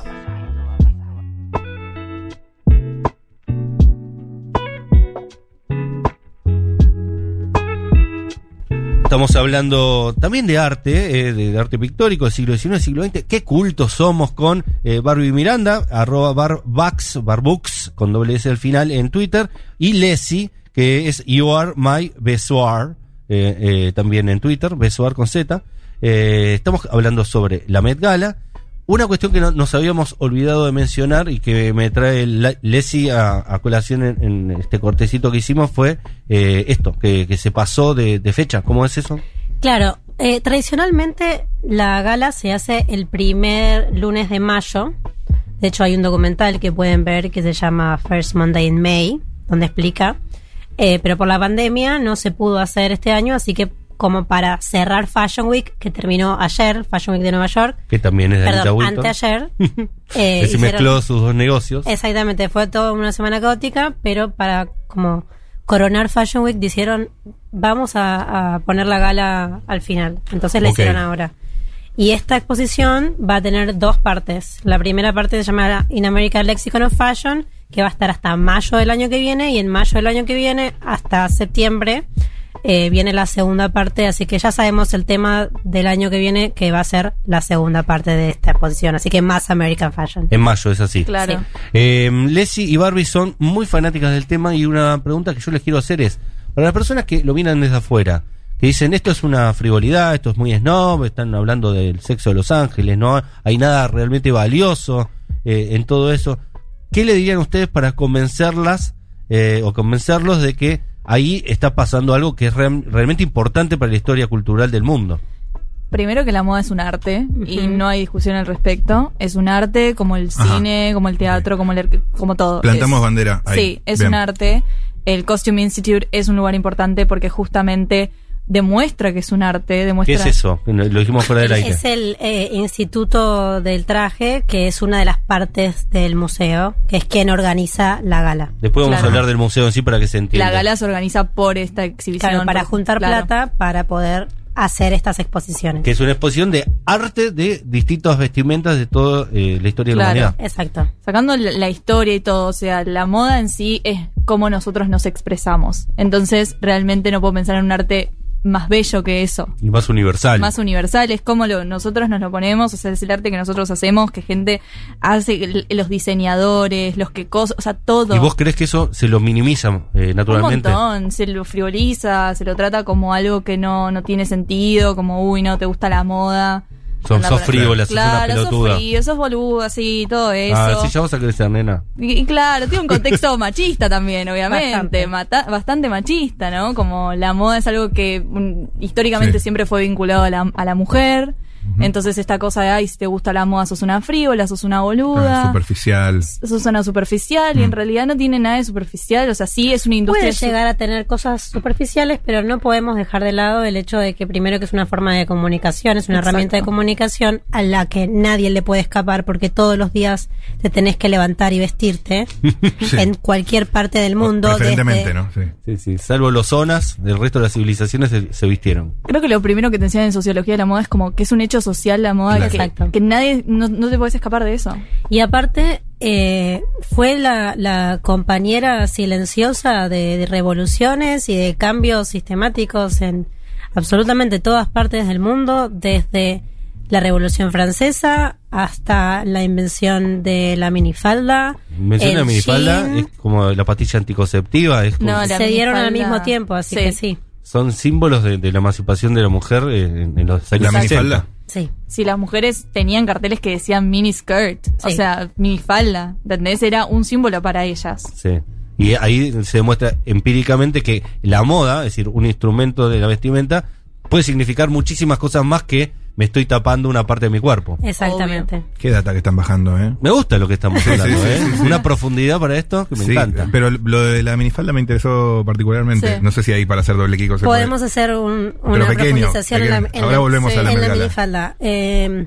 B: Estamos hablando también de arte, eh, de, de arte pictórico del siglo XIX, siglo XX. Qué cultos somos con eh, Barbie Miranda, arroba barbax, barbux, con doble S al final en Twitter, y Leslie, que es You Are My Besoar, eh, eh, también en Twitter, Besoar con Z. Eh, estamos hablando sobre la Met Gala. Una cuestión que no- nos habíamos olvidado de mencionar y que me trae la- Leslie a, a colación en, en este cortecito que hicimos fue eh, esto, que, que se pasó de, de fecha. ¿Cómo es eso?
E: Claro, eh, tradicionalmente la gala se hace el primer lunes de mayo. De hecho, hay un documental que pueden ver que se llama First Monday in May, donde explica. Eh, pero por la pandemia no se pudo hacer este año, así que como para cerrar Fashion Week, que terminó ayer, Fashion Week de Nueva York,
B: Que también es de Anita
E: perdón,
B: Wilton.
E: anteayer,
B: Que
E: eh,
B: se
E: hicieron-
B: mezcló sus dos negocios.
E: Exactamente, fue toda una semana caótica, pero para como coronar Fashion Week dijeron, vamos a, a poner la gala al final. Entonces la
B: Ok.
E: hicieron ahora. Y esta exposición va a tener dos partes. La primera parte se llama In America Lexicon of Fashion, que va a estar hasta mayo del año que viene, y en mayo del año que viene, hasta septiembre, eh, viene la segunda parte, así que ya sabemos el tema del año que viene, que va a ser la segunda parte de esta exposición, así que más American Fashion.
B: En mayo es así.
C: Claro.
E: Sí.
B: Eh, Leslie y Barbie son muy fanáticas del tema y una pregunta que yo les quiero hacer es, para las personas que lo miran desde afuera, que dicen esto es una frivolidad, esto es muy snob, están hablando del sexo de los ángeles, no hay nada realmente valioso eh, en todo eso, ¿qué le dirían ustedes para convencerlas eh, o convencerlos de que ahí está pasando algo que es real- realmente importante para la historia cultural del mundo?
C: Primero que la moda es un arte y
E: Ujú.
C: no hay discusión al respecto. Es un arte como el
D: Ajá.
C: cine, como el teatro, como, el, arqu- como todo.
D: Plantamos
C: Es-
D: bandera. ahí.
C: Sí, es
D: Bien.
C: un arte. El Costume Institute es un lugar importante porque justamente demuestra que es un arte,
B: ¿Qué
C: demuestra...
B: es eso? Lo dijimos fuera del aire.
E: Es el eh, Instituto del Traje, que es una de las partes del museo, que es quien organiza la gala.
B: Después vamos
C: Claro.
B: a hablar del museo en sí para que se entienda.
C: La gala se organiza por esta exhibición.
E: Claro, para
C: por-
E: juntar
C: claro.
E: plata para poder hacer estas exposiciones.
B: Que es una exposición de arte de distintas vestimentas de toda eh, la historia
C: Claro.
B: de la humanidad.
E: Exacto.
C: Sacando la, la historia y todo, o sea, la moda en sí es cómo nosotros nos expresamos. Entonces, realmente no puedo pensar en un arte más bello que eso.
B: Y más universal.
C: más universal, es como lo, nosotros nos lo ponemos, o sea, es el arte que nosotros hacemos, que gente hace, l- los diseñadores, los que cosas, o sea, todo.
B: ¿Y vos crees que eso se lo minimiza eh,
C: un
B: naturalmente?
C: montón, se lo frivoliza, se lo trata como algo que no, no tiene sentido, como, uy, no te gusta la moda.
B: Son-
C: Anda
B: sos
C: para-
B: frívola, sos una
C: Claro,
B: pelotuda.
C: Sos frío, sos boluda, sí, todo eso.
B: Ah, sí, ya vas a crecer, nena.
C: Y, y claro, tiene un contexto machista también, obviamente.
E: Bastante.
C: Mata- bastante machista, ¿no? Como la moda es algo que mm, históricamente
D: Sí.
C: siempre fue vinculado a la, a la mujer. Entonces esta cosa de, ay, si te gusta la moda sos una frívola, sos una
D: Ah, Mm.
C: boluda.
D: superficial.
C: sos una superficial y en realidad no tiene nada de superficial, o sea, sí es una industria
E: Puede llegar a tener cosas superficiales, pero no podemos dejar de lado el hecho de que primero que es una forma de comunicación, es una
C: Exacto.
E: herramienta de comunicación a la que nadie le puede escapar porque todos los días te tenés que levantar y vestirte
D: Sí.
E: en cualquier parte del mundo. este.
D: Preferentemente,
E: desde-
D: ¿no? Sí.
B: Sí, sí. Salvo los zonas, el resto de las civilizaciones se, se vistieron.
C: Creo que lo primero que te enseñan en sociología de la moda es como que es un hecho social la moda,
D: Claro.
C: que-
E: Exacto.
C: que, nadie, no, no te puedes escapar de eso.
E: Y aparte, eh, fue la, la compañera silenciosa de, de revoluciones y de cambios sistemáticos en absolutamente todas partes del mundo, desde la Revolución Francesa hasta la invención de la minifalda.
B: Mención de
E: el
B: la minifalda
E: jean.
B: es como la pastilla anticonceptiva. Es como-
C: No, la
E: se dieron al
C: minifalda-
E: mismo tiempo, así
C: Sí.
E: que sí,
B: Son símbolos de, de la emancipación de la mujer eh, en, en los años
D: La
B: 60.
D: minifalda.
E: sí.
C: Si las mujeres tenían carteles que decían mini skirt, o
E: Sí.
C: sea, mini falda, ¿entendés? Era un símbolo para ellas.
B: Sí. Y ahí se demuestra empíricamente que la moda, es decir, un instrumento de la vestimenta, puede significar muchísimas cosas más que me estoy tapando una parte de mi cuerpo.
C: Eh.
E: Exactamente.
D: Qué data que están bajando, ¿eh?
B: Me gusta lo que estamos
D: Sí, sí,
B: hablando,
D: sí,
B: ¿eh?
D: sí, sí.
B: Una profundidad para esto que me
D: Sí,
B: encanta.
D: Pero lo de la minifalda me interesó particularmente.
C: Sí.
D: No sé si ahí para hacer doble clic o se
E: Podemos hacer un-
D: Pero
E: una
D: pequeño,
E: profundización en la,
D: pequeño.
E: en
D: Ahora
E: la-
D: volvemos
E: sí,
D: a la
E: en
D: mezcla.
E: minifalda. Eh,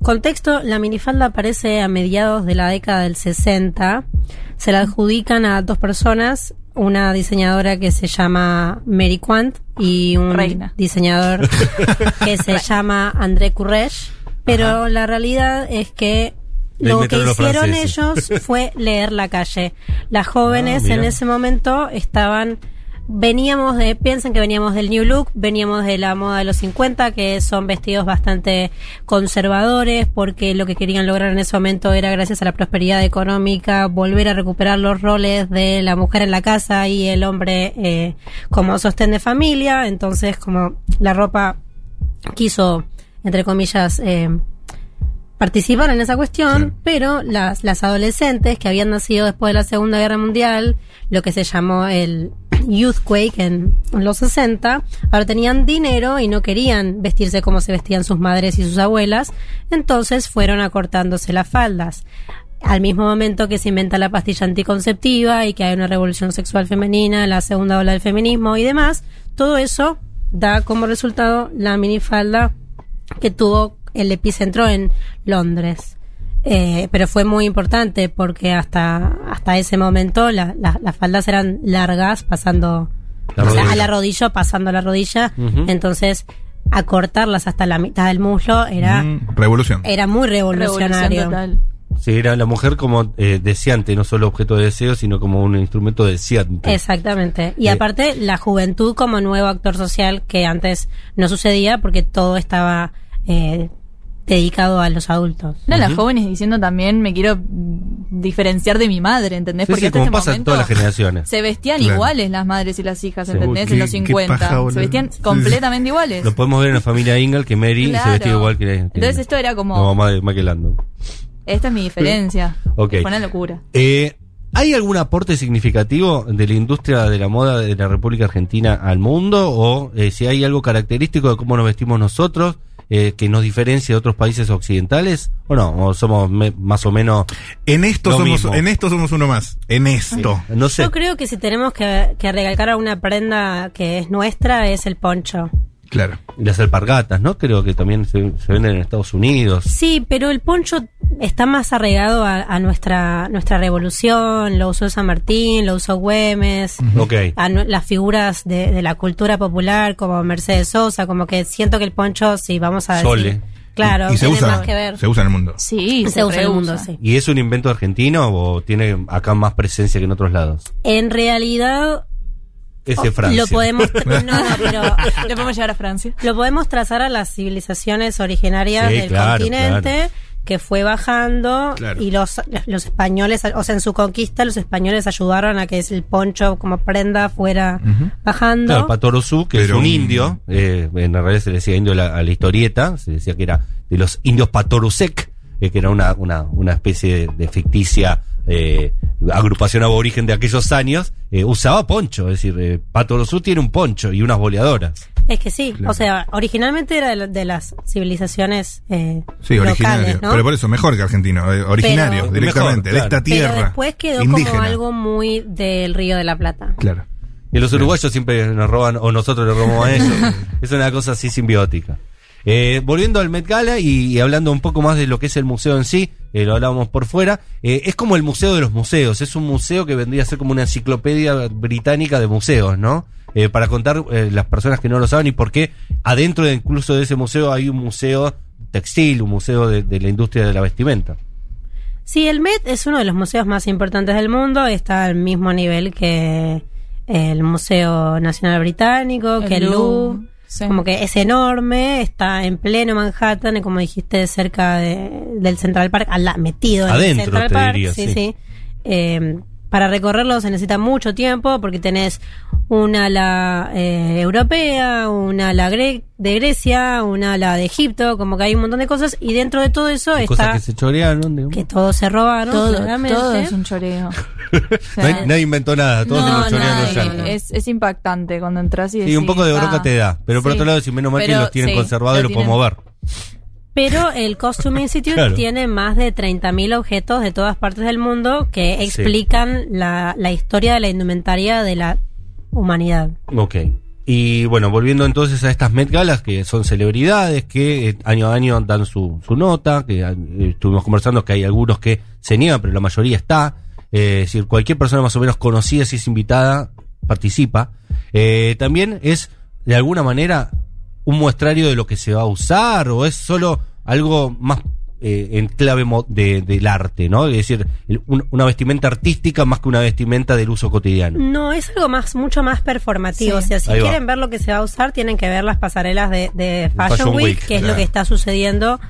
E: contexto, la minifalda aparece a mediados de la década del 60. Se la adjudican a dos personas, una diseñadora que se llama Mary Quant y un
C: Reina.
E: diseñador que se llama André Courrèges. Pero la realidad es que
B: Le
E: lo que
B: inventaron los
E: hicieron
B: franceses.
E: ellos fue leer la calle. Las jóvenes
B: Ah, mira.
E: en ese momento estaban veníamos de piensen que veníamos del new look, veníamos de la moda de los 50 que son vestidos bastante conservadores porque lo que querían lograr en ese momento era gracias a la prosperidad económica volver a recuperar los roles de la mujer en la casa y el hombre eh, como sostén de familia, entonces como la ropa quiso entre comillas eh, participar en esa cuestión,
D: Sí.
E: pero las, las adolescentes que habían nacido después de la Segunda Guerra Mundial, lo que se llamó el Youthquake en, en los 60, ahora tenían dinero y no querían vestirse como se vestían sus madres y sus abuelas, entonces fueron acortándose las faldas. Al mismo momento que se inventa la pastilla anticonceptiva y que hay una revolución sexual femenina, la segunda ola del feminismo y demás, todo eso da como resultado la minifalda que tuvo el epicentro en Londres. Eh, pero fue muy importante porque hasta, hasta ese momento la- la- las faldas eran largas, pasando
B: La
E: o sea,
B: rodilla.
E: a la rodilla, pasando a la rodilla.
B: Ujú.
E: Entonces, acortarlas hasta la mitad del muslo era,
D: Mm, revolución.
E: era muy
C: Revolución
E: revolucionario.
C: total.
B: Sí, era la mujer como eh, deseante, no solo objeto de deseo, sino como un instrumento deseante.
E: Exactamente. Y
B: Eh.
E: aparte, la juventud como nuevo actor social que antes no sucedía porque todo estaba eh, dedicado a los adultos.
C: No, las
B: Ujú.
C: jóvenes diciendo también me quiero diferenciar de mi madre, ¿entendés?
B: Sí, sí,
C: hasta
B: como
C: ese
B: pasa en
C: momento
B: todas las generaciones.
C: Se vestían
D: Claro.
C: iguales las madres y las hijas,
B: Sí.
C: ¿entendés?
D: Uy,
C: en
D: qué-
C: los
D: qué
C: 50.
D: paja, boludo.
C: se vestían
D: Sí, sí.
C: completamente iguales.
B: Lo podemos ver en la familia Ingal que Mary se
C: Claro.
B: vestía igual que, que-
C: Entonces esto era como-
B: la mamá de Michael Landon.
C: Esta es mi diferencia.
B: Ok.
C: Fue una locura.
B: Eh, ¿Hay algún aporte significativo de la industria de la moda de la República Argentina al mundo? ¿O eh, si hay algo característico de cómo nos vestimos nosotros eh, que nos diferencia de otros países occidentales? ¿O no? ¿O somos me- más o menos...
D: En esto
B: Lo
D: somos,
B: mismo.
D: en esto somos uno más. En esto.
B: No sé.
E: Yo creo que si tenemos que, que recalcar a una prenda que es nuestra es el poncho.
D: Claro.
B: Y Las alpargatas, ¿no? Creo que también se, se venden en Estados Unidos.
E: Sí, pero el poncho está más arraigado a, a nuestra nuestra revolución. Lo usó San Martín, lo usó Güemes.
D: Mm.
B: Ok.
E: A nu- las figuras de, de la cultura popular como Mercedes Sosa, como que siento que el poncho, si vamos a decir,
B: Sole.
E: claro,
D: y se
E: tiene
D: usa.
E: más que ver.
D: Se usa en el mundo.
C: Sí,
E: Se, usa en el mundo, sí.
B: ¿Y es un invento argentino o tiene acá más presencia que en otros lados?
E: En realidad
B: Ese
E: oh,
B: Francia.
E: lo podemos, tra- no, pero
C: Lo podemos llevar a Francia.
E: Lo podemos trazar a las civilizaciones originarias
B: Sí,
E: del
B: claro,
E: continente
B: claro.
E: que fue bajando
D: Claro.
E: y los, los españoles, o sea, en su conquista los españoles ayudaron a que el poncho como prenda fuera
D: Ujú.
E: bajando.
B: Claro, Patorosú, que
D: Pero
B: es un
D: un-
B: indio, eh, en realidad se le decía indio a la, a la historieta, se decía que era de los indios Patorosec, eh, que era una, una, una especie de, de ficticia eh, agrupación aborigen de aquellos años, eh, usaba poncho, es decir, eh, Patorosú tiene un poncho y unas boleadoras.
E: Es que sí,
D: Claro.
E: o sea, originalmente era de, la- de las civilizaciones eh,
D: Sí, originario.
E: locales, ¿no?
D: Pero por eso, mejor que argentino. eh, originario,
E: Pero-
B: Mejor,
D: directamente, de esta
B: claro.
E: Pero
D: tierra.
E: después quedó
D: indígena.
E: como algo muy del Río de la Plata.
D: Claro.
B: Y los uruguayos siempre nos roban, o nosotros les robamos a ellos. es una cosa así simbiótica. Eh, volviendo al Met Gala y, y hablando un poco más de lo que es el museo en sí, eh, lo hablábamos por fuera, eh, es como el museo de los museos, es un museo que vendría a ser como una enciclopedia británica de museos, ¿no? Eh, para contar eh, las personas que no lo saben y por qué adentro de- incluso de ese museo hay un museo textil, un museo de, de la industria de la vestimenta.
E: Sí, el Met es uno de los museos más importantes del mundo, está al mismo nivel que el Museo Nacional Británico, que el Louvre.
C: sí.
E: Como que es enorme, está en pleno Manhattan, y como dijiste, cerca de- del Central Park, al la- metido en el
B: Adentro,
E: Central
B: te
E: Park.
B: diría,
E: sí,
B: sí.
E: sí. Eh, para recorrerlo se necesita mucho tiempo porque tenés un ala eh, europea, un ala gre- de Grecia, un ala de Egipto, como que hay un montón de cosas y dentro de todo eso
B: Cosas
E: está
B: que se chorearon. digamos.
E: que todos se robaron,
C: todo,
E: claramente.
C: todo es un choreo. O sea,
B: Nadie- nadie inventó nada, todos
E: No,
B: se lo chorearon
E: nadie,
B: los yankees.
E: no, no.
C: eh, es, es impactante cuando entras
B: Sí,
C: y decís,
B: un poco de
C: "Ah".
B: bronca te da, pero por
C: Sí.
B: otro lado, si menos mal que
C: Pero,
B: los tienen
C: sí,
B: conservados y los
C: tienen.
B: podemos ver.
E: Pero el Costume Institute
B: Claro.
E: tiene más de 30.000 objetos de todas partes del mundo que
B: Sí.
E: explican la, la historia de la indumentaria de la humanidad.
B: Ok. Y bueno, volviendo entonces a estas Met Galas, que son celebridades que eh, año a año dan su, su nota, que eh, estuvimos conversando que hay algunos que se niegan, pero la mayoría está. Eh, es decir, cualquier persona más o menos conocida, si es invitada, participa. Eh, también es, de alguna manera, un muestrario de lo que se va a usar, o es solo algo más eh, en clave mo- de- del arte, ¿no? Es decir, el- un- una vestimenta artística más que una vestimenta del uso cotidiano.
E: No, es algo más, mucho más performativo.
C: Sí.
E: O sea, si
B: Ahí va.
E: quieren ver lo que se va a usar, tienen que ver las pasarelas de, de Fashion,
B: Fashion
E: Week,
B: Week,
E: que es
D: claro.
E: lo que está sucediendo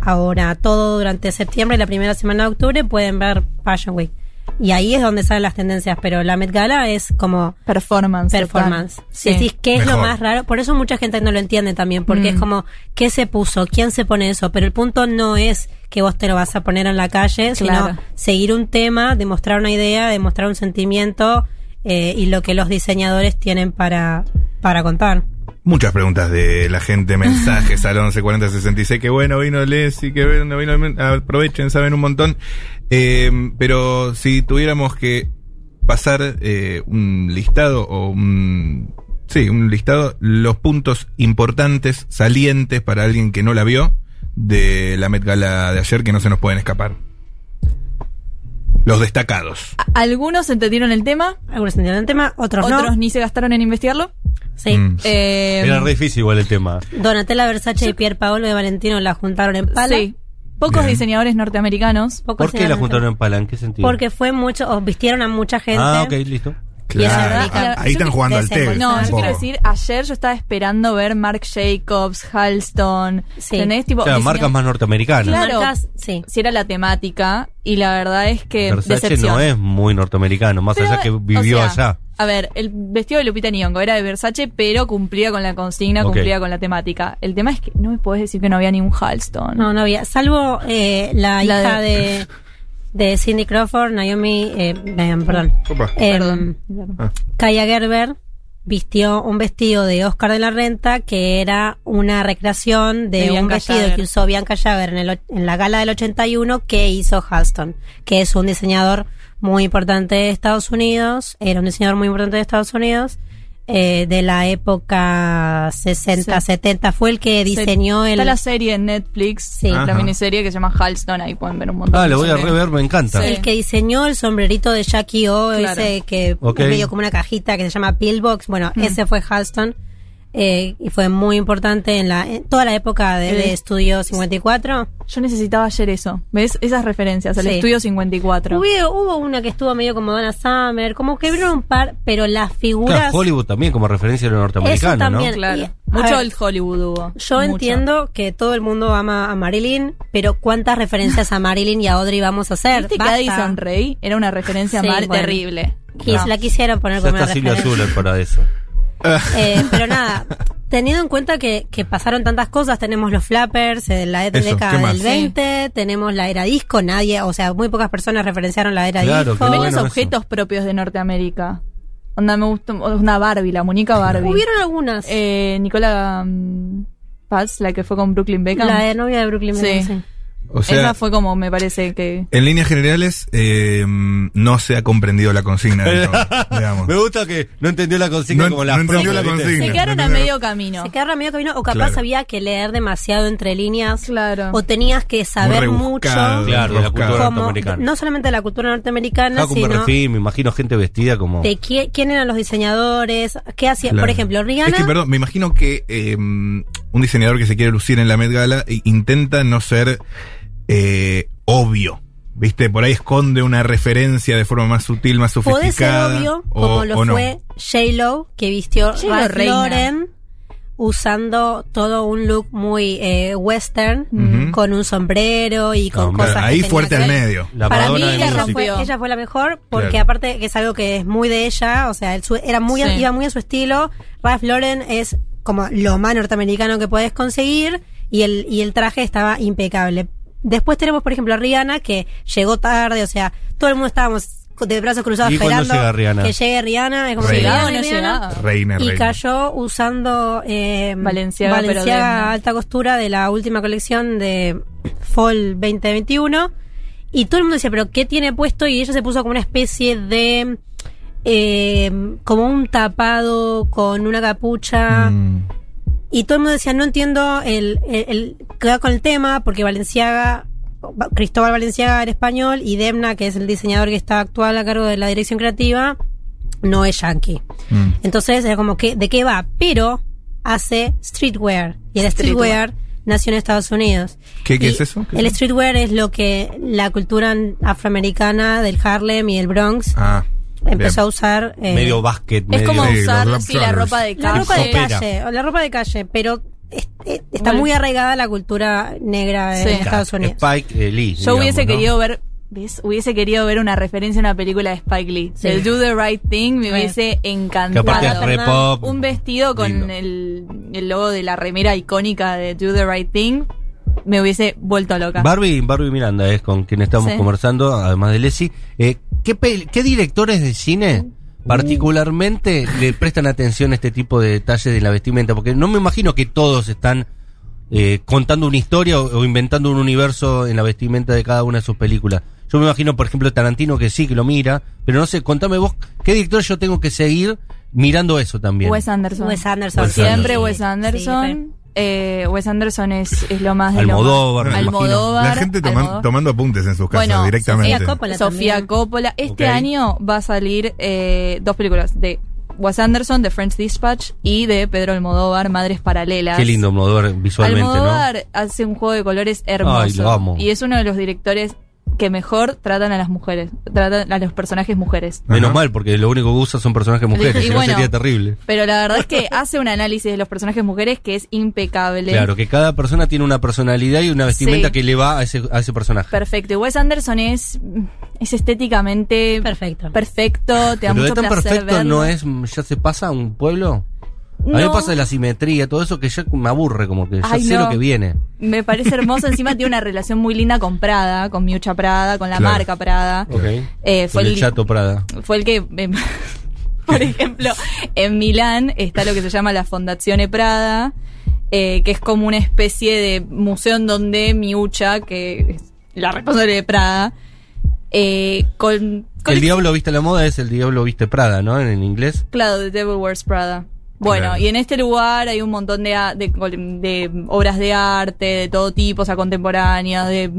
E: ahora. Todo durante septiembre y la primera semana de octubre pueden ver Fashion Week. Y ahí es donde salen las tendencias, pero la Met Gala es como
C: Performance.
E: performance.
C: total.
E: Si decís qué es lo
D: Mejor.
E: más raro, por eso mucha gente no lo entiende también, porque
C: Mm.
E: es como qué se puso, quién se pone eso, pero el punto no es que vos te lo vas a poner en la
C: Claro.
E: calle, sino seguir un tema, demostrar una idea, demostrar un sentimiento eh, y lo que los diseñadores tienen para para contar.
D: Muchas preguntas de la gente, mensajes al 114066. Que bueno, vino Leslie, que bueno, vino. Men- Aprovechen, saben un montón. Eh, pero si tuviéramos que pasar eh, un listado o un. Sí, un listado, los puntos importantes, salientes para alguien que no la vio de la Met Gala de ayer que no se nos pueden escapar. Los destacados.
C: A- Algunos entendieron el tema,
E: Algunos entendieron el tema, otros,
C: otros
E: no.
C: ni se gastaron en investigarlo.
E: Sí.
D: Mm.
C: Eh,
B: Era re difícil igual el tema.
E: Donatella Versace y Pier Paolo de Valentino la juntaron en pala.
C: sí. Pocos
D: Bien.
C: diseñadores norteamericanos.
E: Pocos
B: ¿Por qué la
E: eran-
B: juntaron en pala? ¿En qué sentido?
E: Porque fue mucho, o vistieron a mucha gente.
B: Ah, ok, listo.
D: Claro,
C: Y la-
D: ahí
E: yo
D: están
E: que-
D: jugando al té.
E: desenvol-
C: No, yo
E: Ah,
C: quiero
D: supongo.
C: decir, ayer yo estaba esperando ver Marc Jacobs, Halston,
E: Sí.
C: ¿entendés? Tipo,
B: Claro,
C: diseñadores-
B: marcas más norteamericanas.
C: Claro.
E: Marcas, sí.
C: si era la temática y la verdad es que
B: Versace
C: decepción.
B: no es muy norteamericano, más
C: Pero,
B: allá que
C: o
B: vivió
C: sea,
B: allá.
C: A ver, el vestido de Lupita Nyong'o era de Versace, pero cumplía con la consigna,
B: Ok.
C: cumplía con la temática. El tema es que no me podés decir que no había ni un Halston.
E: No, no había. Salvo eh, la,
C: La
E: hija
C: de-
E: de... de Cindy Crawford, Naomi, eh, Naomi, perdón.
D: Opa.
E: Eh,
C: Perdón.
D: Ah.
E: Kaya Gerber vistió un vestido de Oscar de la Renta que era una recreación de,
C: De
E: un
C: Bianca
E: vestido
C: Jagger.
E: que usó Bianca Jagger en, el och- en la gala del 81 que hizo Halston, que es un diseñador muy importante de Estados Unidos, era un diseñador muy importante de Estados Unidos. eh, de la época 60,
C: Sí.
E: 70 fue el que diseñó
C: Se-
E: el
C: Está la serie en Netflix,
E: Sí.
D: Ajá.
C: la miniserie que se llama Halston, ahí pueden ver un montón.
B: Ah,
C: de
B: lo voy a
C: cosas.
B: rever, me encanta.
C: Sí.
E: El que diseñó el sombrerito de Jackie O,
C: Claro.
E: ese que
B: Ok.
E: medio como una cajita que se llama Pillbox, bueno,
C: Mm.
E: ese fue Halston eh, y fue muy importante en la en toda la época de, de
C: Eh,
E: Estudio 54.
C: Yo necesitaba ayer eso, ¿ves? Esas referencias, al
E: Sí.
C: estudio 54.
E: Hubo, hubo una que estuvo medio como Donna Summer, como que vieron un par, pero las
B: Claro,
E: figuras...
B: Hollywood también como referencia a lo norteamericano,
E: Eso también.
C: Claro.
E: Y-
C: Mucho
E: a ver,
C: el Hollywood hubo.
E: Yo
C: mucho.
E: entiendo que todo el mundo ama a Marilyn, pero ¿cuántas referencias a Marilyn y a Audrey vamos a hacer?
C: ¿Viste que
E: Basta.
C: Addison Rae era una referencia
E: Sí,
C: mal
E: bueno.
C: terrible?
E: Quis-
C: No.
E: La quisieron
B: ¿no?
E: poner
B: Ya
E: como
B: está
E: una
B: Silvia
E: referencia.
B: Zuller para eso.
E: Eh, pero nada, teniendo en cuenta que, que pasaron tantas cosas, tenemos los flappers en la E
D: Eso, ¿qué
E: década
D: más?
E: del 20, tenemos la era disco, nadie, o sea, muy pocas personas referenciaron la era
B: Claro,
E: disco.
B: qué
C: Ven
B: bueno.
C: los objetos propios de Norteamérica. Onda, me gustó. Una Barbie, la muñeca Barbie.
E: Hubieron algunas.
C: Eh, Nicola mm, Paz, la que fue con Brooklyn Beckham.
E: la de novia de Brooklyn
C: Sí.
E: Beckham, sí.
D: O sea,
C: Esa fue como, me parece que.
D: en líneas generales, eh, no se ha comprendido la consigna. del todo, digamos.
B: Me gusta que no entendió la consigna
D: No-
B: como la
D: no entendió
B: profe,
D: la
B: ¿viste?
D: consigna.
C: Se quedaron a
D: Claro.
C: medio camino.
E: Se quedaron medio camino, o capaz
D: Claro.
E: había que leer demasiado entre líneas,
C: Claro.
E: o tenías que saber
D: Muy
E: mucho.
D: rebuscado,
B: Claro, de la cultura
D: rebuscado.
E: Como,
B: norteamericana.
E: no solamente de la cultura norteamericana,
B: Hago un
E: sino
B: perfil, me imagino gente vestida como.
E: de qui- quién eran los diseñadores, qué hacían. Por
D: Claro.
E: ejemplo, Rihanna.
D: Es que, perdón, me imagino que eh, un diseñador que se quiere lucir en la Met Gala i- intenta no ser eh, obvio. ¿Viste? Por ahí esconde una referencia de forma más sutil, más
E: Puede ser
D: sofisticada.
E: obvio,
D: o-
E: como lo
D: o no.
E: fue J-Lo, que vistió
C: J.Lo
E: Ralph
C: reina.
E: Lauren, usando todo un look muy eh, western,
D: Ujú.
E: con un sombrero y con
B: No,
E: cosas. que
D: Ahí
E: tenía
D: fuerte
E: que
D: al
E: ver.
D: medio.
B: La
E: Para mí
B: Madonna de
E: ella
B: música.
E: fue, ella fue la mejor, porque
D: Claro.
E: aparte que es algo que es muy de ella, o sea, el su- era muy,
C: Sí.
E: iba muy a su estilo. Ralph Lauren es como lo más norteamericano que puedes conseguir y el, y el traje estaba impecable. Después tenemos, por ejemplo, a Rihanna, que llegó tarde, o sea, todo el mundo estábamos co- de brazos cruzados
B: ¿Y cuándo
E: esperando
B: llega Rihanna?
E: que llegue Rihanna. Es como
D: Reina.
C: ¿Llegaba o
E: Rihanna,
C: no
E: Rihanna.
C: llegaba?
D: Reina,
E: Y
D: reina.
E: cayó usando eh,
C: Balenciaga, pero
E: Balenciaga
C: de-
E: alta costura de la última colección de Fall 2021. Y todo el mundo decía, pero ¿qué tiene puesto? Y ella se puso como una especie de... eh, como un tapado con una capucha.
D: Mm.
E: Y todo el mundo decía, no entiendo el, el, el- qué va con el tema, porque Valenciaga, Cristóbal Valenciaga era español y Demna, que es el diseñador que está actual a cargo de la dirección creativa, no es yankee.
D: Mm.
E: Entonces era como que, ¿de qué va? Pero hace streetwear. Y el streetwear, nació en Estados Unidos.
D: ¿Qué- qué
E: Y
D: es eso? ¿Qué
E: el
D: es?
E: streetwear es lo que la cultura afroamericana del Harlem y el Bronx
D: Ah,
E: empezó a
D: bien.
E: usar. eh,
B: Medio básquet,
C: Es
B: medio.
C: como
D: Sí, los
C: usar
D: lap
C: sí, la
D: shutters.
C: ropa de
E: la
C: calle.
E: ropa de
B: Popera.
E: calle, o la ropa de calle, pero es- es- está
C: Bueno.
E: muy arraigada la cultura negra en
C: Sí.
E: Estados Unidos.
B: Spike eh, Lee.
C: Yo
B: digamos,
C: hubiese
B: ¿no?
C: querido ver, ¿ves? Hubiese querido ver una referencia a una película de Spike Lee.
E: Sí.
C: El Do the Right Thing me
E: Re.
C: hubiese
B: Que aparte
E: Nada,
B: es
C: encantado.
B: re
E: Fernando,
B: pop.
C: Un vestido con
B: Lindo.
C: el, el logo de la remera icónica de Do the Right Thing me hubiese vuelto loca.
B: Barbie, Barbie Miranda es con quien estamos
C: Sí.
B: conversando, además de Leslie. Eh, ¿qué, pel- qué directores de cine
C: Mm.
B: particularmente le prestan atención a este tipo de detalles de la vestimenta? Porque no me imagino que todos están eh, contando una historia o, o inventando un universo en la vestimenta de cada una de sus películas. Yo me imagino, por ejemplo, Tarantino que sí, que lo mira, pero no sé, contame vos, ¿qué director yo tengo que seguir mirando eso también?
C: Wes Anderson.
E: Wes Anderson.
B: Wes
C: Siempre
E: Sí,
C: Wes
E: sí,
C: Anderson. Eh, Wes Anderson es, es lo más de
B: Almodóvar,
C: lo
B: me
C: más.
B: imagino.
C: Almodóvar.
D: La gente toman-
C: Almodóvar.
D: tomando apuntes en sus casas
C: Bueno,
D: directamente.
E: Sofía Coppola
C: Sofía
E: también.
C: Coppola. Este
D: Ok.
C: año va a salir eh, dos películas de Wes Anderson, de French Dispatch y de Pedro Almodóvar, Madres Paralelas.
B: Qué lindo Almodóvar visualmente,
C: Almodóvar hace un juego de colores hermoso.
B: Ay, lo amo.
C: Y es uno de los directores que mejor tratan a las mujeres, tratan a los personajes mujeres.
B: ¿no? Menos
D: Ajá.
B: mal, porque lo único que usa son personajes mujeres,
C: Y
B: si no
C: bueno,
B: sería terrible.
C: Pero la verdad es que hace un análisis de los personajes mujeres que es impecable.
B: Claro, que cada persona tiene una personalidad y una vestimenta
C: Sí.
B: que le va a ese, a ese personaje.
C: Perfecto. Y Wes Anderson es, es estéticamente
E: Perfecto.
C: perfecto, te
B: Pero
C: da
B: de
C: mucho
B: tan
C: placer
B: perfecto
C: verlo.
B: no es, ya se pasa a un pueblo. A mí me
C: No.
B: pasa la simetría, todo eso que ya me aburre, como que ya
C: Ay,
B: sé
C: no.
B: lo que viene.
C: Me parece hermoso. Encima tiene una relación muy linda con Prada, con Miucha Prada, con la
D: Claro.
C: marca Prada. Eh, fue
B: Con el,
C: el-
B: chato Prada.
C: Fue el que, em, por ejemplo, en Milán está lo que se llama la Fondazione Prada, eh, que es como una especie de museo en donde Miucha, que es la responsable de Prada, eh, con, con
B: El diablo viste la moda es el diablo viste Prada, ¿no? En, en inglés.
C: Claro, The Devil Wears Prada. Bueno,
D: Claro.
C: y en este lugar hay un montón de, a- de col- de obras de arte, de todo tipo, o sea, contemporánea, de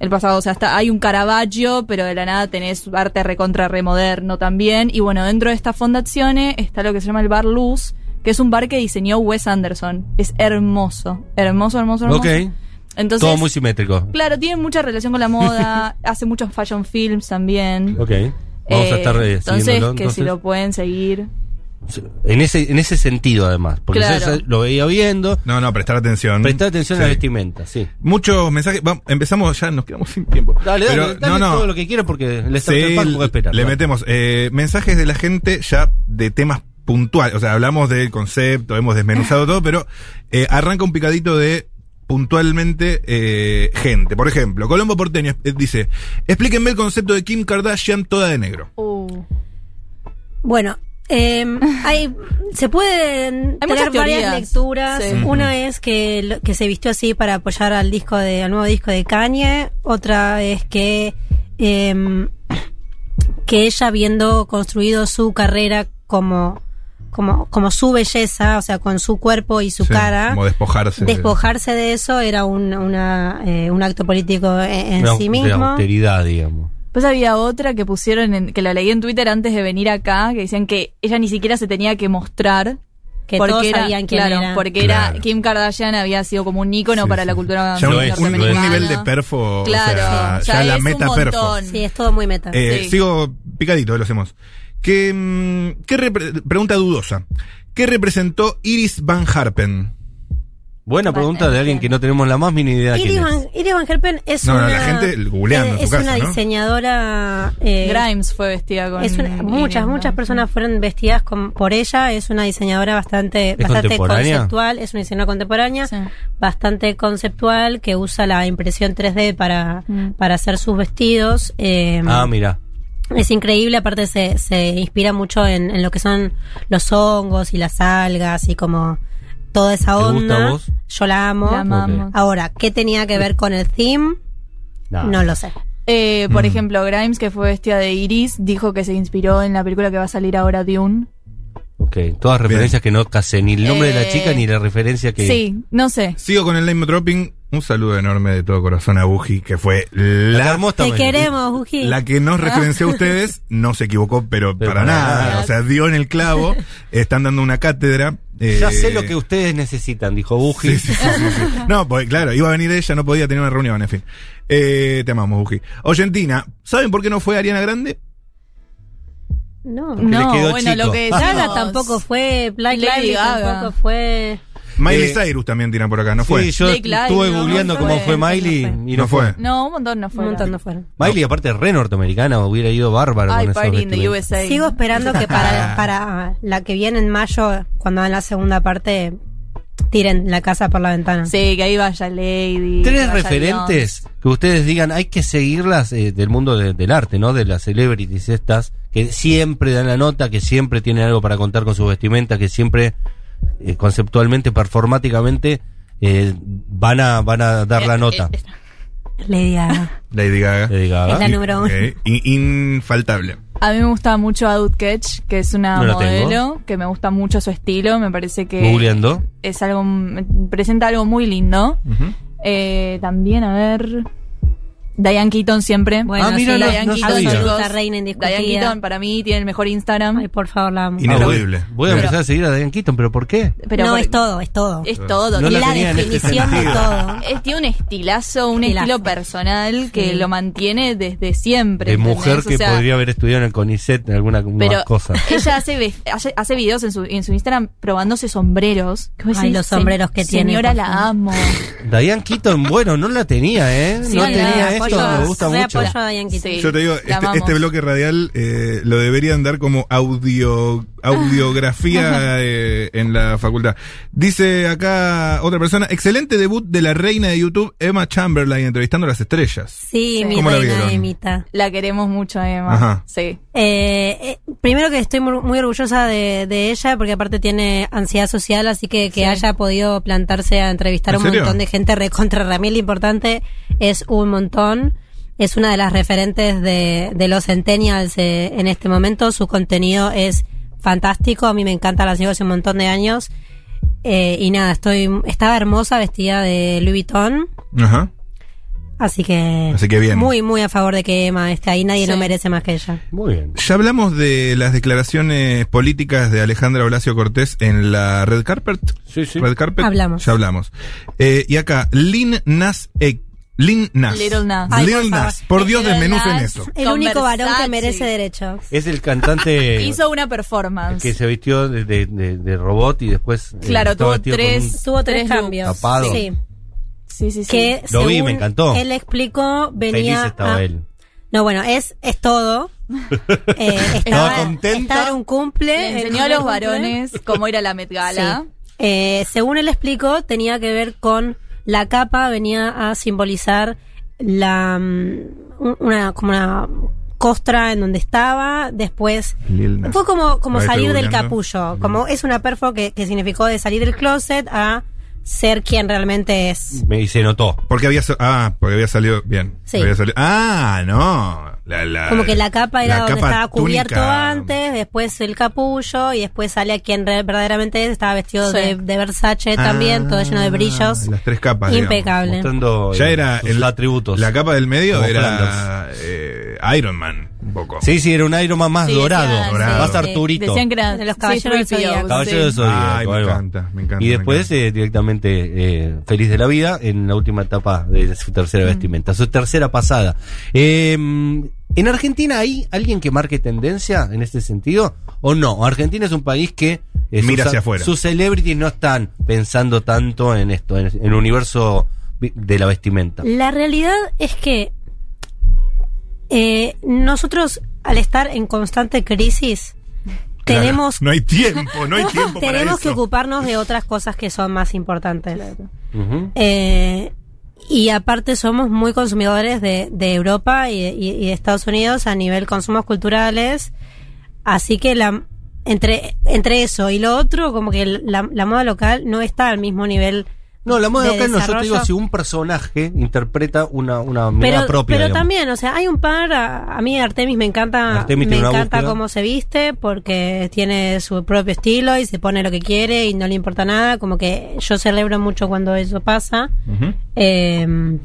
C: el pasado, o sea, hasta hay un Caravaggio, pero de la nada tenés arte recontra remoderno también. Y bueno, dentro de esta fundación está lo que se llama el Bar Luz, que es un bar que diseñó Wes Anderson. Es hermoso, hermoso, hermoso, hermoso.
B: ok.
C: Entonces,
B: todo muy simétrico.
C: claro, tiene mucha relación con la moda, hace muchos fashion films también.
B: Ok. Vamos
C: Eh,
B: a estar eh,
C: entonces,
B: siguiéndolo,
C: que si
B: entonces.
C: lo pueden seguir.
B: en ese en ese sentido además, porque
C: Claro.
B: yo ya lo veía viendo,
D: No, no, prestar atención.
B: prestar atención a la
D: Mm. Sí.
B: vestimenta, sí.
D: Muchos mensajes. Vamos, empezamos ya, nos quedamos sin tiempo.
B: Dale, dale,
D: Pero,
B: dale todo lo que quieras porque el
D: Sí,
B: Starter Pack puede esperar.
D: le
B: ¿no?
D: metemos eh, mensajes de la gente ya de temas puntuales. O sea, hablamos del concepto, hemos desmenuzado todo, pero eh, arranca un picadito de puntualmente eh, gente. Por ejemplo, Colombo Porteño eh, dice, explíquenme el concepto de Kim Kardashian toda de negro.
C: Uh.
E: Bueno, Eh, hay, se pueden
C: Hay
E: tener
C: muchas
E: varias
C: teorías.
E: lecturas.
C: Sí.
E: Una es que, lo- que se vistió así para apoyar al disco de, al nuevo disco de Kanye. Otra es que, em, que ella habiendo construido su carrera como, como, como su belleza, o sea, con su cuerpo y su
D: Sí,
E: cara.
D: Como despojarse. de-
E: Despojarse de eso era un, una, eh, un acto político en, en
B: de, au-
E: sí
B: de
E: mismo.
B: austeridad, digamos.
C: Pues había otra que pusieron, en, que la leí en Twitter antes de venir acá, que decían que ella ni siquiera se tenía que mostrar.
E: Que
C: porque
E: todos
C: era,
E: sabían quién
C: claro,
E: era.
C: Porque
D: Claro.
C: era Kim Kardashian había sido como un ícono
D: Sí,
C: para
D: sí.
C: la cultura
D: Ya un, un- un
C: norteamericana.
D: nivel de perfo,
C: Claro,
D: o sea,
C: sí,
D: ya,
C: ya
D: la
C: es un
D: meta perfo.
C: montón.
E: Sí, es todo muy meta.
D: Eh,
C: Sí.
D: Sigo picadito, lo hacemos. ¿Qué, mm, qué repre- pregunta dudosa. ¿Qué representó Iris Van Harpen?
B: Buena
C: Bueno,
B: pregunta de alguien que no tenemos la más mínima idea.
E: Iris
B: quién es.
E: Van, Iris Van Herpen es
D: No, no,
E: una. eh,
D: la gente googleando en
E: es
D: su casa,
E: una
D: ¿no?
E: diseñadora. eh,
C: Grimes fue vestida con.
E: es una- muchas,
C: Iris,
E: muchas
C: ¿no?
E: personas fueron vestidas con- por ella. Es una diseñadora bastante,
B: ¿Es
E: bastante
B: contemporánea?
E: conceptual. Es una diseñadora contemporánea.
C: Sí.
E: Bastante conceptual que usa la impresión 3D para,
C: Mm.
E: para hacer sus vestidos. eh,
B: Ah, mira.
E: Es increíble, aparte se, se inspira mucho en, en lo que son los hongos y las algas y como toda esa
B: ¿Te gusta
E: onda.
B: a vos?
E: Yo la amo.
C: La amamos.
E: Ahora, ¿qué tenía que ver con el theme?
B: Nah.
E: No lo sé.
C: Eh,
D: Mm.
C: por ejemplo, Grimes, que fue vestida de Iris, dijo que se inspiró en la película que va a salir ahora, Dune.
B: Ok, todas referencias que no casé ni el nombre de la
C: Eh,
B: chica ni la referencia que.
C: Sí, no sé.
D: Sigo con el name dropping. Un saludo enorme de todo corazón a Buji, que fue
B: La
D: la,
B: armó esta
E: Te
B: mañana.
E: queremos, Uji.
D: la que nos referenció a ustedes. No se equivocó, pero,
B: Pero
D: para
B: para
D: nada.
B: nada.
D: O sea, dio en el clavo. Están dando una cátedra. eh,
B: Ya sé lo que ustedes necesitan, dijo Buji.
D: Sí, sí, sí, sí, sí. No, pues claro, iba a venir ella, no podía tener una reunión, en fin. Eh, te amamos, Buji. Oyentina, ¿saben por qué no fue Ariana Grande?
E: No.
B: Porque le
C: No,
B: quedó
C: bueno,
B: chico.
C: lo que
E: Gaga
C: decimos-
E: tampoco fue, Black
C: Lady
E: Lively
C: Gaga.
E: tampoco fue.
D: Miley
B: Eh,
D: Cyrus también tiran por acá, ¿no fue?
B: Sí, yo
C: Blake Lively,
B: estuve
C: no,
B: googleando
C: no
B: cómo
C: fue,
B: fue
E: no
B: Miley
E: fue.
B: y no,
D: No fue.
B: fue.
C: No, un montón no
E: Un
C: fue.
E: montón no fueron.
B: Miley, aparte, re norteamericana, hubiera ido bárbaro
C: Ay,
B: con esos
C: Party in the
B: vestidos.
C: USA.
E: Sigo esperando que para, para la que viene en mayo, cuando hagan la segunda parte, tiren la casa por la ventana.
C: Sí, que ahí vaya Lady. que
B: Tres
C: vaya
B: referentes que ustedes digan, hay que seguirlas eh, del mundo de- del arte, ¿no? De las celebrities estas, que siempre dan la nota, que siempre tienen algo para contar con su vestimenta, que siempre eh, conceptualmente, performáticamente, eh, van, a, van a dar
C: Eh,
B: la nota.
C: Beyoncé.
E: Lady Gaga.
D: Lady Gaga.
B: Le diga,
E: es la
B: ¿ah?
E: número uno.
D: Ok, i- infaltable.
C: A mí me gusta mucho Adult Catch, que es una
B: No la
C: modelo, que me gusta mucho su estilo, me parece que
B: Googleando.
C: es algo, me presenta algo muy lindo. Eh, también, a ver, Diane Keaton siempre.
E: Bueno,
B: Ah, mira,
E: sí,
B: no-
E: Diane
B: no
E: Keaton,
B: sabía.
E: absoluta
C: chicos.
E: reina indiscutida.
C: Diane Keaton para mí tiene el mejor Instagram,
E: Ay, por favor, la amo.
D: Y- Inamovible.
B: Ah, voy a
D: Pero-
B: empezar a seguir a Diane Keaton, pero ¿por qué?
C: pero
E: no,
C: por-
E: es todo, es todo.
C: es todo.
B: No
E: y
B: la
E: la
B: tenía en este
E: definición de
B: sentido.
E: todo.
C: Es- Eh, tiene un estilazo, un
E: Estilazo.
C: estilo personal que lo mantiene desde siempre.
B: De
C: ¿entendés?
B: mujer
C: O
B: que
C: sea,
B: podría haber estudiado en el CONICET en alguna
C: Pero
B: cosa.
C: ella hace, ve- hace, hace videos en su, en su Instagram probándose sombreros. Que vos
E: Ay, los
C: "Se-
E: sombreros que tiene,
C: Señora,
E: por
C: la
E: favor".
C: amo.
B: Diane Keaton, bueno, no la tenía, ¿eh?
C: Sí,
B: no
C: la
B: tenía
E: apoyo,
B: esto, me gusta
E: re
B: mucho.
E: apoyo a Diane Keaton.
C: Sí.
D: Yo te digo,
C: La
D: este,
C: amamos.
D: este bloque radial eh, lo deberían dar como audio audiografía eh, en la facultad. Dice acá otra persona, excelente debut de la reina de YouTube, Emma Chamberlain, entrevistando a las estrellas.
E: Sí,
C: Sí.
E: mi
D: ¿Cómo la
E: reina
D: vieron?
E: Emita.
C: La queremos mucho, Emma.
D: Ajá.
C: Sí.
E: Eh, eh, primero que estoy muy, muy orgullosa de, de ella, porque aparte tiene ansiedad social, así que que
C: Sí.
E: haya podido plantarse a entrevistar a
D: ¿En
E: un
D: serio?
E: montón de gente recontra Ramil importante es un montón. Es una de las referentes de, de los centennials eh, en este momento. Su contenido es fantástico. A mí me encanta, la sigo hace un montón de años. Eh, y nada, estoy estaba hermosa vestida de Louis Vuitton.
D: Ajá.
E: Así que,
D: Así que bien.
E: muy, muy a favor de que Emma esté ahí. Nadie
C: Sí.
E: lo merece más que ella.
B: Muy bien.
D: Ya hablamos de las declaraciones políticas de Alejandra Blasio Cortés en la Red Carpet.
B: Sí, sí.
D: Red Carpet.
E: Hablamos.
D: Ya hablamos. Eh, y acá, Lin Nas. X- Lin Nas.
C: Little Nas.
E: Ay,
D: Little
E: por favor.
D: Nas. Por Dios,
C: Little
D: desmenucen
C: Nas.
D: eso.
E: El
C: Con
E: único varón que
C: Versace.
E: merece derechos.
B: Es el cantante
C: Hizo una
B: el
C: performance.
B: Eh, que se vistió de, de- de- de robot y después. eh,
C: Claro,
B: estaba
C: tuvo
B: vestido con
C: tres,
E: Tuvo tres
C: looks.
E: cambios.
B: Tapado.
E: Sí.
C: Sí, sí, sí.
E: Que
B: Lo vi,
E: según
B: me encantó.
E: Él explicó,
B: un-
E: venía.
B: Feliz estaba
C: ah.
E: a-
B: él.
E: No, bueno, es, es todo. Eh, estaba,
B: contenta.
E: estaba en un cumple.
C: Le
E: en
C: enseñó a
E: un
C: los
E: cumple.
C: varones cómo ir a la Met
E: Sí.
C: Gala.
E: Eh, según él explicó, tenía que ver con la capa, venía a simbolizar la mm, un- una como una costra en donde estaba, después
D: Lil Nas.
E: fue como, como
D: Ahí estoy
E: salir del
D: googleando.
E: capullo, como es una perfo que, que significó de salir del closet a ser quien realmente es.
B: Me, y se notó.
D: Porque había, sa- ah, porque había salido bien.
E: Sí.
D: Había salido- ah, no. La- la-
E: Como que la capa era
D: la
E: donde
D: capa
E: estaba cubierto
D: túnica.
E: antes, después el capullo y después sale a quien re- verdaderamente es, estaba vestido
C: Sí.
E: de, de Versace
D: Ah,
E: también, todo lleno de brillos.
D: Las tres capas. digamos.
E: Impecable.
B: Mostrando
D: Ya
B: eh,
D: era
B: sus
D: el-
B: atributos.
D: La capa del medio
B: Como
D: era
B: Flanders.
D: eh, Iron Man, un poco.
B: Sí, sí, era un Iron Man más
C: Sí,
B: Ah, dorado.
C: decían,
D: Dorado.
B: Más
E: sí.
B: Arturito.
C: Decían que era
E: De los caballeros del zodiaco.
B: Caballero de Zodíaco,
D: Ay, me
B: ahí va.
D: encanta, me encanta.
B: Y
D: me
B: después
D: encanta.
B: eh, directamente eh, feliz de la vida en la última etapa de su tercera
E: Mm.
B: vestimenta, su tercera pasada. Eh, ¿En Argentina hay alguien que marque tendencia en este sentido o no? Argentina es un país que eh,
D: Mira
B: sus-
D: hacia afuera.
B: Sus celebrities no están pensando tanto en esto, en, en el universo vi- de la vestimenta.
E: La realidad es que eh, nosotros, al estar en constante crisis,
D: Claro,
E: tenemos,
D: No hay tiempo, no hay tiempo para
E: tenemos que
D: eso.
E: ocuparnos de otras cosas que son más importantes.
B: Ujú.
E: Eh, y aparte somos muy consumidores de, de Europa y, y- y de Estados Unidos a nivel consumos culturales. Así que la, entre, entre eso y lo otro, como que la, la moda local no está al mismo nivel.
B: No, la moda
E: de
B: local no, yo te digo
E: desarrollo.
B: si un personaje interpreta una, una mirada
E: pero,
B: propia.
E: pero
B: digamos.
E: también, o sea, hay un par, a, a mí Artemis me encanta,
B: Artemis
E: me
B: tiene una
E: encanta
B: búsqueda.
E: cómo se viste porque tiene su propio estilo y se pone lo que quiere y no le importa nada, como que yo celebro mucho cuando eso pasa.
D: Ujú.
E: Eh,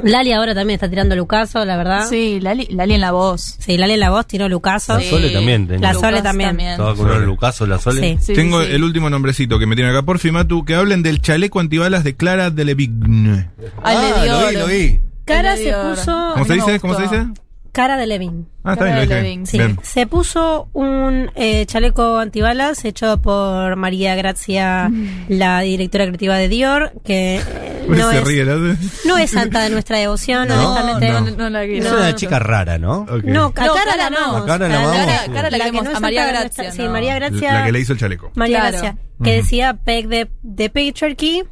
E: Lali ahora también está tirando Lucaso, la verdad.
C: Sí, Lali, Lali en la voz.
E: Sí, Lali en la voz tiró Lucaso.
B: La
C: Sí.
B: Sole también tenía.
E: La Sole también.
B: Estaba con un
D: Sole.
B: Lucaso, la Sole.
E: Sí.
C: Sí,
D: Tengo
C: sí, sí.
D: el último nombrecito que me tiene acá por Fimatu, que hablen del chaleco antibalas de Clara Delevingne.
C: Ay, le
B: Ah,
C: dio
B: lo vi,
C: oro.
B: lo vi.
E: Cara
C: Lali
E: se
C: ahora.
E: puso
C: mí
D: ¿Cómo se
C: no me
D: dice? ¿Cómo se
C: gustó.
D: dice?
E: cara de Levin.
D: Ah, está
C: Cara
D: bien, lo
C: de
D: dije. bien.
C: Levin, sí.
D: Bien.
E: Se puso un eh, chaleco antibalas hecho por María Gracia, la directora creativa de Dior, que eh, no,
D: Se
E: es,
D: ríe, ¿la-
E: no es santa de nuestra devoción,
B: No,
E: honestamente.
C: No,
D: No.
C: no, no la quiero.
B: Es una chica rara, ¿no?
D: Ok.
E: No, a
C: No,
E: cara la
C: Cara no.
E: amamos.
B: A Cara la
E: Cara-
B: amamos,
E: Cara-
B: sí.
E: Cara
C: La
E: la
C: que
E: queremos.
C: no es
E: A María
C: santa de
E: Gracia.
C: nuestra-
E: Sí,
C: no.
E: María Gracia.
D: La que le hizo el chaleco.
E: María
C: Claro.
E: Gracia, que decía PEG de, de Picture Key.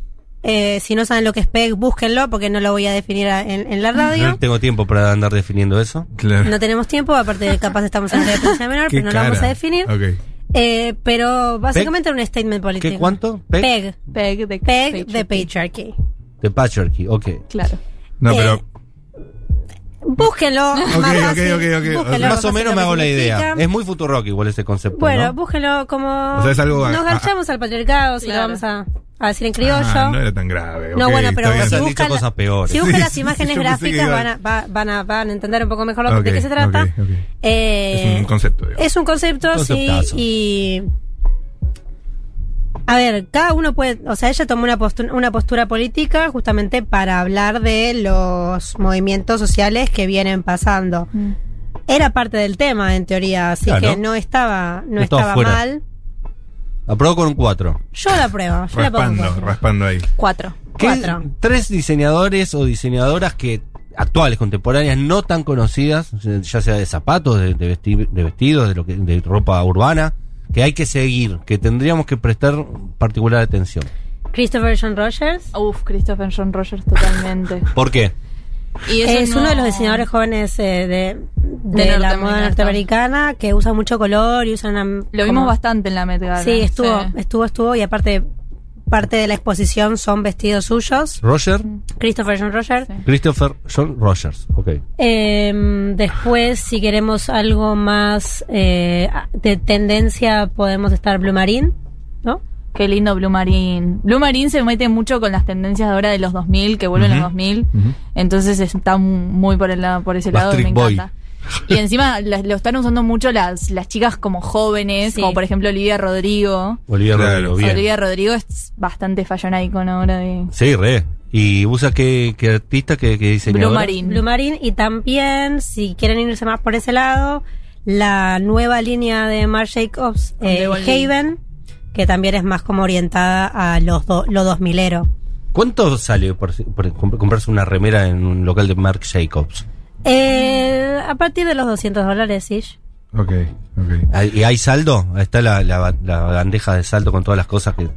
E: Eh, si no saben lo que es PEG, búsquenlo porque no lo voy a definir a- en, en la
B: No
E: radio.
B: tengo tiempo para andar definiendo eso.
D: Claro.
E: No tenemos tiempo, aparte capaz estamos en la defensa menor,
D: Qué
E: pero no lo vamos
D: cara.
E: a definir.
D: Ok.
E: Eh, pero básicamente era un statement político.
B: ¿Qué cuánto?
E: PEG.
B: Peg.
E: PEG,
C: Peg de
E: de Patriarchy.
B: De Patriarchy, ok.
C: Claro.
D: No,
E: Eh,
D: pero.
E: Búsquenlo.
D: Ok,
E: más
D: ok,
E: fácil,
D: ok, ok.
E: búsquenlo,
B: Más o
E: fácil
B: menos
E: lo
B: me
E: que
B: hago la
E: significa.
B: idea. Es muy futurrock igual ese concepto.
E: Bueno,
B: ¿no?
E: búsquenlo como.
D: O sea, es algo a-
E: nos ganchamos al patriarcado, si lo
C: Claro.
E: vamos a, a decir en criollo.
D: Ah, no era tan grave.
E: No,
D: ok,
E: bueno, pero
D: está
B: Se
E: si
D: bien.
B: han
E: buscan
B: dicho
E: la-
B: cosas peores.
E: Si buscan
D: Sí,
E: las
D: sí,
E: imágenes
D: yo pensé que
E: gráficas
D: iba-
E: van a, va- van, a, van a entender un poco mejor lo- de
D: Ok,
E: qué se trata.
D: ok, ok.
E: Eh,
D: Es un concepto, digo.
E: Es un concepto, sí.
B: Conceptazo.
E: Y. A ver, cada uno puede. O sea, ella tomó una postura, una postura política justamente para hablar de los movimientos sociales que vienen pasando.
C: Mm.
E: Era parte del tema, en teoría, así
B: Claro.
E: que no estaba, no
B: No estaba
E: estaba
B: fuera.
E: mal.
B: Aprobó con un 4.
E: Yo la pruebo, yo la pongo. un
D: Raspando,
E: cuatro.
D: raspando ahí.
C: Cuatro.
E: Cuatro.
B: Tres diseñadores o diseñadoras que actuales, contemporáneas, no tan conocidas, ya sea de zapatos, de, de vesti- de vestidos, de, lo que, de ropa urbana, que hay que seguir, que tendríamos que prestar particular atención.
E: Christopher John Rogers.
C: Uf, Christopher John Rogers totalmente.
B: ¿Por qué?
C: Y eso
E: es
C: no-
E: uno de los diseñadores jóvenes eh, de, de
C: De
E: la
C: Norteamérica,
E: moda norteamericana que usa mucho color y usa una...
C: Lo vimos bastante en la Met Gala.
E: Sí, estuvo, estuvo, estuvo y aparte parte de la exposición son vestidos suyos.
B: Roger,
E: Mm. Christopher John Rogers.
C: Sí.
B: Christopher John Rogers. Ok.
E: Em, después, si queremos algo más eh, de tendencia, podemos estar Blue Marine, ¿no?
C: Qué lindo Blue Marine. Blue Marine se mete mucho con las tendencias de ahora de los 2000, que vuelven
D: Ujú,
C: los 2000.
D: ujú.
C: Entonces está muy por, el lado, por ese lado, me
B: Backstreet Boy.
C: encanta. Y encima las- lo están usando mucho las, las chicas como jóvenes,
E: Sí.
C: como por ejemplo Olivia Rodrigo.
B: Olivia
D: Claro.
B: Rodrigo, bien.
C: Olivia Rodrigo es bastante fashion icon ahora de...
B: Sí, re. ¿Y usa qué, qué artista, qué, qué diseñadora?
C: Blue Marine.
E: Blue Marine y también, si quieren irse más por ese lado, la nueva línea de Marc Jacobs, eh,
C: De Bolí.
E: Haven, que también es más como orientada a los do, lo 2000
B: ¿Cuánto sale por, por comp- comprarse una remera en un local de Marc Jacobs?
E: eh, A partir de los 200 dólares, ish.
D: Ok, ok.
B: ¿Hay- ¿Y hay saldo? Ahí Está la, la- la bandeja de saldo con todas las cosas que...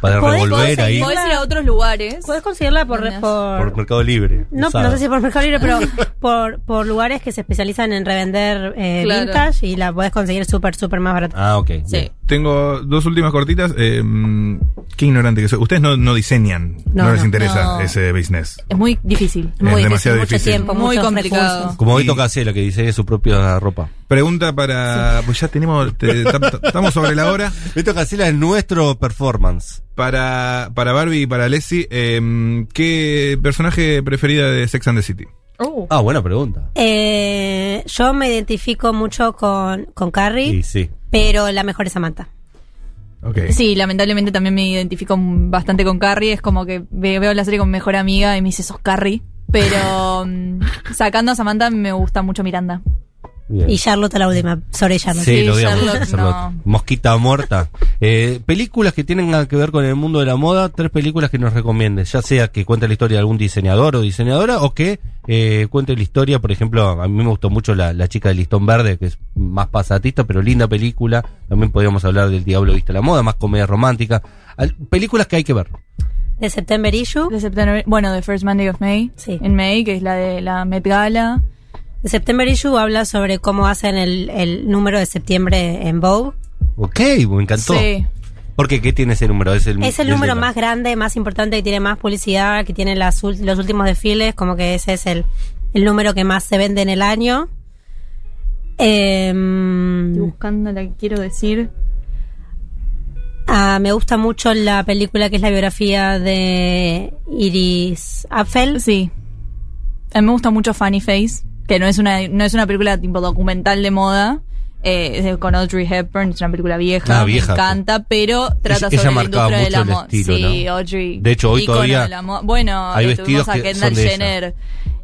B: para
E: ¿Podés
B: revolver ahí
E: conseguir-
C: Podés ir a otros lugares.
E: Puedes conseguirla por,
C: Buenas.
E: por,
B: por Mercado Libre.
E: no,
B: usada.
E: no sé si por Mercado Libre, pero por, por lugares que se especializan en revender eh,
C: Claro.
E: vintage y la podés conseguir súper, súper más barata.
B: Ah, ok.
C: Sí.
B: bien.
D: Tengo dos últimas cortitas. eh, mm, qué ignorante que soy. Ustedes no, no diseñan, no,
E: No,
D: les
E: no,
D: interesa
C: no.
D: ese business.
C: Es muy difícil.
D: Es demasiado
E: mucho
D: difícil.
E: tiempo,
C: Muy
E: muchos
C: complicado.
E: recursos.
B: Como
D: Y-
B: Beto Casella, que diseña su propia ropa.
D: Pregunta para. Pues ya tenemos. te- ta- ta- estamos sobre la hora.
B: Beto Casella es nuestro performance.
D: Para, para Barbie y para Leslie, eh, ¿qué personaje preferida de Sex and the City?
B: Ah, buena pregunta.
E: Eh, yo me identifico mucho con, con
B: Sí,
E: Carrie,
B: sí.
E: pero la mejor es Samantha.
D: Ok.
C: Sí, lamentablemente también me identifico bastante con Carrie. Es como que ve- veo la serie con mi mejor amiga y me dice, sos Carrie. Pero mm, sacando a Samantha me gusta mucho Miranda.
B: Bien.
E: Y Charlotte la última, sobre Charlotte.
B: Sí,
C: Sí,
B: lo odiamos.
C: Charlotte,
B: Charlotte.
C: no.
B: Mosquita muerta. Eh, películas que tengan que ver con el mundo de la moda, tres películas que nos recomiendes, ya sea que cuente la historia de algún diseñador o diseñadora o que eh, cuente la historia, por ejemplo, a mí me gustó mucho la, la chica del listón verde, que es más pasatista, pero linda película. También podríamos hablar del Diablo Viste la Moda, más comedia romántica. Al- películas que hay que ver.
E: De September Issue.
C: De septiembre- bueno, The First Monday of May.
E: Sí.
C: En May, que es la de la Met Gala.
E: De September Issue habla sobre cómo hacen el, el número de septiembre en Vogue.
B: Ok, me encantó.
C: Sí.
B: ¿Por qué? ¿Qué tiene ese número? Es el,
E: Es el
B: es
E: número
B: el-
E: más grande, más importante, que tiene más publicidad, que tiene las ul- los últimos desfiles, como que ese es el, el número que más se vende en el año. Em,
C: Estoy buscando la que quiero decir.
E: ah, me gusta mucho la película que es la biografía de Iris Apfel.
C: Sí. A mí me gusta mucho Funny Face, que no es una, no es una película tipo documental de moda. eh, es de- con Audrey Hepburn, es una película vieja,
B: Ah, vieja,
C: me encanta, pero trata
B: ella
C: sobre la
B: marcaba
C: industria de la
B: mucho el
C: moda.
B: estilo,
C: sí,
B: ¿no?
C: Audrey.
B: De hecho, hoy
C: ícono
B: todavía
C: de la moda. bueno,
B: hay
C: le
B: vestidos
C: tuvimos a
B: que son
C: Kendall
B: de
C: Jenner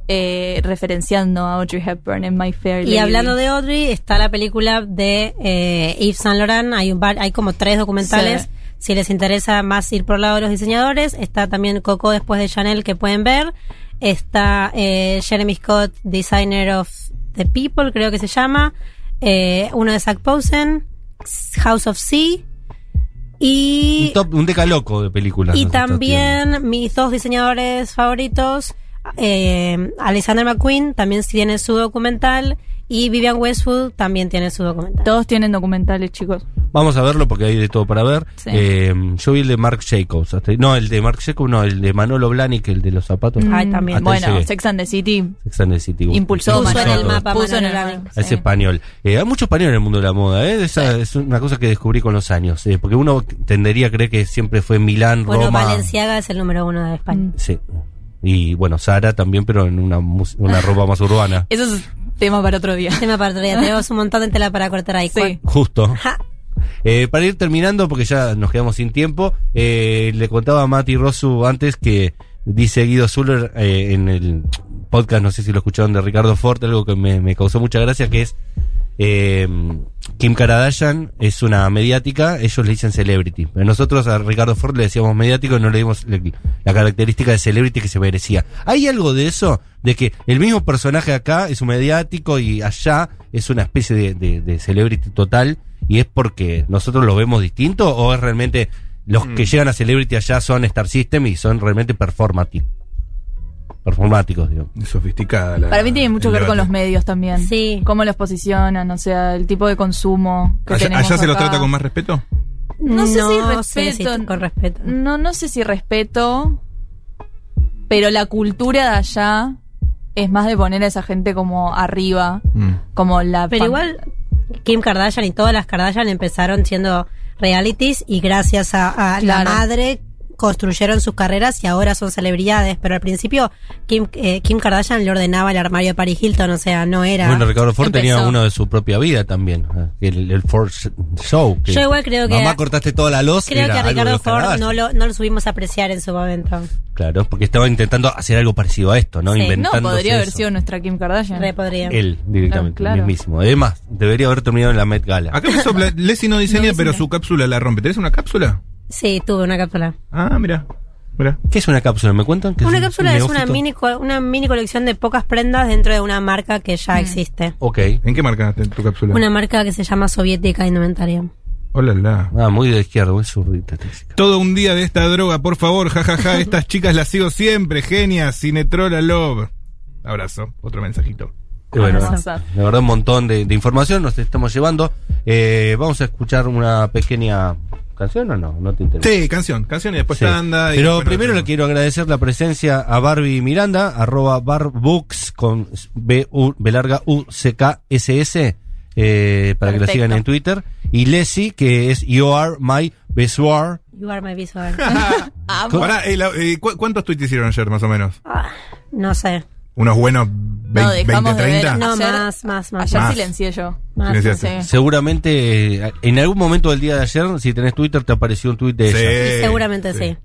C: eh, referenciando a Audrey Hepburn en My Fair Lady.
E: Y hablando de Audrey, está la película de eh, Yves Saint Laurent. Hay, un bar- hay como tres documentales.
C: Sí.
E: Si les interesa más ir por el lado de los diseñadores, está también Coco después de Chanel que pueden ver. Está eh, Jeremy Scott, Designer of the People, creo que se llama. Eh, uno de Zach Posen, House of C. Y
B: Un, top, un decaloco de películas.
E: y
B: nos estás tirando.
E: también mis dos diseñadores favoritos, eh, Alexander McQueen también tiene su documental y Vivian Westwood también tiene su documental.
C: Todos tienen documentales, chicos.
B: Vamos a verlo porque hay de todo para ver.
C: Sí.
B: Eh, yo vi el de Mark Jacobs. hasta ahí- no, el de Mark Jacobs, no, el de Manolo Blahnik, el de los zapatos.
E: Ay,
C: Mm,
E: también.
B: Hasta ahí
C: Bueno,
B: llegué.
C: Sex and the City
B: Sex and the City.
C: impulsó,
E: Puso en
C: Manolo,
E: el mapa,
C: puso en el
E: Manolo
C: mapa,
B: Es
C: sí.
B: español. Eh, hay mucho español en el mundo de la moda, ¿eh? Esa es una cosa que descubrí con los años. eh, porque uno tendería a creer que siempre fue Milán,
E: bueno,
B: Roma.
E: Valenciaga es el número uno de
C: Mm.
E: España.
B: Sí. Y bueno, Sara también, pero en una, mus- una ropa más urbana.
C: Eso es tema para otro día.
E: Tema para otro día, tenemos un montón de tela para cortar ahí.
C: Sí.
B: Justo.
E: Ja.
B: Eh, para ir terminando, porque ya nos quedamos sin tiempo, eh, le contaba a Mati Rosu antes que dice Guido Zuller eh, en el podcast, no sé si lo escucharon, de Ricardo Ford, algo que me, me causó mucha gracia, que es eh, Kim Kardashian es una mediática, ellos le dicen celebrity. Pero Nosotros a Ricardo Ford le decíamos mediático y no le dimos le- la característica de celebrity que se merecía. ¿Hay algo de eso? De que el mismo personaje acá es un mediático y allá es una especie de, de- de celebrity total y es porque nosotros lo vemos distinto o es realmente los que llegan a celebrity allá son Star System y son realmente performative. Performáticos, digo.
D: Sofisticada la.
C: Para mí tiene mucho
D: el
C: que ver con los
D: debate.
C: medios también.
E: Sí.
C: Cómo los posicionan, o sea, el tipo de consumo que
D: ¿Allá,
C: tenemos
D: allá se los
C: acá.
D: trata con más respeto?
C: No sé si
E: No sé si
C: respeto.
E: con respeto.
C: No, no sé si respeto. Pero la cultura de allá es más de poner a esa gente como arriba,
D: Mm.
C: como la.
E: Pero
C: fan-
E: igual Kim Kardashian y todas las Kardashian empezaron siendo realities y gracias a, a
C: Claro.
E: la madre construyeron sus carreras y ahora son celebridades. Pero al principio Kim, eh, Kim Kardashian le ordenaba el armario a Paris Hilton, o sea, no era...
B: Bueno, Ricardo Ford tenía
C: empezó.
B: uno de su propia vida también, eh, el, el Ford Show. que
E: Yo igual creo que-
B: Mamá cortaste toda la luz.
E: Creo
B: era
E: que a
B: algo de
E: Ricardo
B: los
E: Ford
B: Kardashian.
E: no lo, no lo subimos a apreciar en su momento.
B: Claro, porque estaba intentando hacer algo parecido a esto, ¿no?
E: Sí, no,
C: No,
B: Inventando.
C: podría haber sido nuestra Kim Kardashian.
E: Re podría.
B: Él, directamente,
C: Ah, claro.
B: el mismísimo. Además, debería haber terminado en la Met Gala.
D: Acá me sopla. Leslie no diseña,
C: No
D: pero
C: diseña.
D: su cápsula la rompe. ¿Tenés una cápsula?
E: Sí, tuve una cápsula.
D: Ah, mira. Mira.
B: ¿Qué es una cápsula? ¿Me cuentan? ¿Qué
E: Una
B: un
E: cápsula es una
B: neófito?
E: mini, co- una mini colección de pocas prendas dentro de una
C: Mm.
E: marca que ya existe.
B: Ok.
D: ¿En qué marca te- tu cápsula?
E: Una marca que se llama Soviética Indumentaria.
D: Hola, la.
B: Ah, muy de izquierda, muy zurdita. esta chica.
D: Todo un día de esta droga, por favor, jajaja. Estas chicas las sigo siempre, genias, Cinetrola Love. Abrazo, otro mensajito.
B: Y Eh, bueno,
C: Con razón.
B: la verdad un montón de, de información nos estamos llevando. Eh, vamos a escuchar una pequeña canción o no, no te interesa.
D: Sí, canción, canción y después
B: Sí.
D: tanda. y
B: Pero
D: bueno,
B: primero
D: no.
B: le quiero agradecer la presencia a Barbie Miranda, arroba barbooks con B, U, B larga U C K S S eh, para que la
C: Perfecto.
B: sigan en Twitter. Y Leslie, que es You Are My Beswar.
E: You are my visual.
C: Amo.
D: Pará, eh, la- eh, ¿cu- ¿Cuántos tweets hicieron ayer, más o menos?
E: Ah, no sé.
D: Unos buenos vein-
C: No,
D: 20,
C: dejamos de ver.
D: 30.
E: No,
C: Ayer-
E: más, más, más.
C: Ayer
D: Más.
C: silencié yo.
E: más,
D: Sí,
E: no
D: sí,
E: sé.
C: sí.
B: Seguramente eh, en algún momento del día de ayer, si tenés Twitter, te apareció un tweet de ella.
D: Sí,
E: Seguramente sí.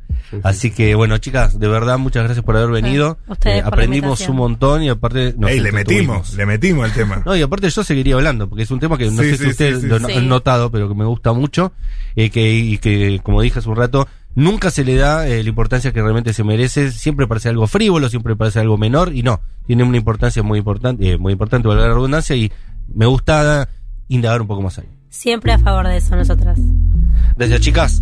B: Así que bueno, chicas, de verdad muchas gracias por haber venido. Eh,
E: a ustedes por la
B: aprendimos
E: invitación.
B: un montón y aparte nos
D: Ey, le metimos,
B: entretuvimos.
D: le metimos el tema.
B: No, y aparte yo seguiría hablando, porque es un tema que no
D: Sí,
B: sé
D: sí,
B: si ustedes
D: sí, sí,
B: lo
D: sí.
B: han
C: Sí.
B: notado, pero que me gusta mucho, eh, que, y que, como dije hace un rato, nunca se le da eh, la importancia que realmente se merece, siempre parece algo frívolo, siempre parece algo menor, y no, tiene una importancia muy importante, eh, muy importante, valga la redundancia, y me gusta indagar un poco más ahí.
E: Siempre a favor de eso nosotras.
B: Gracias, chicas.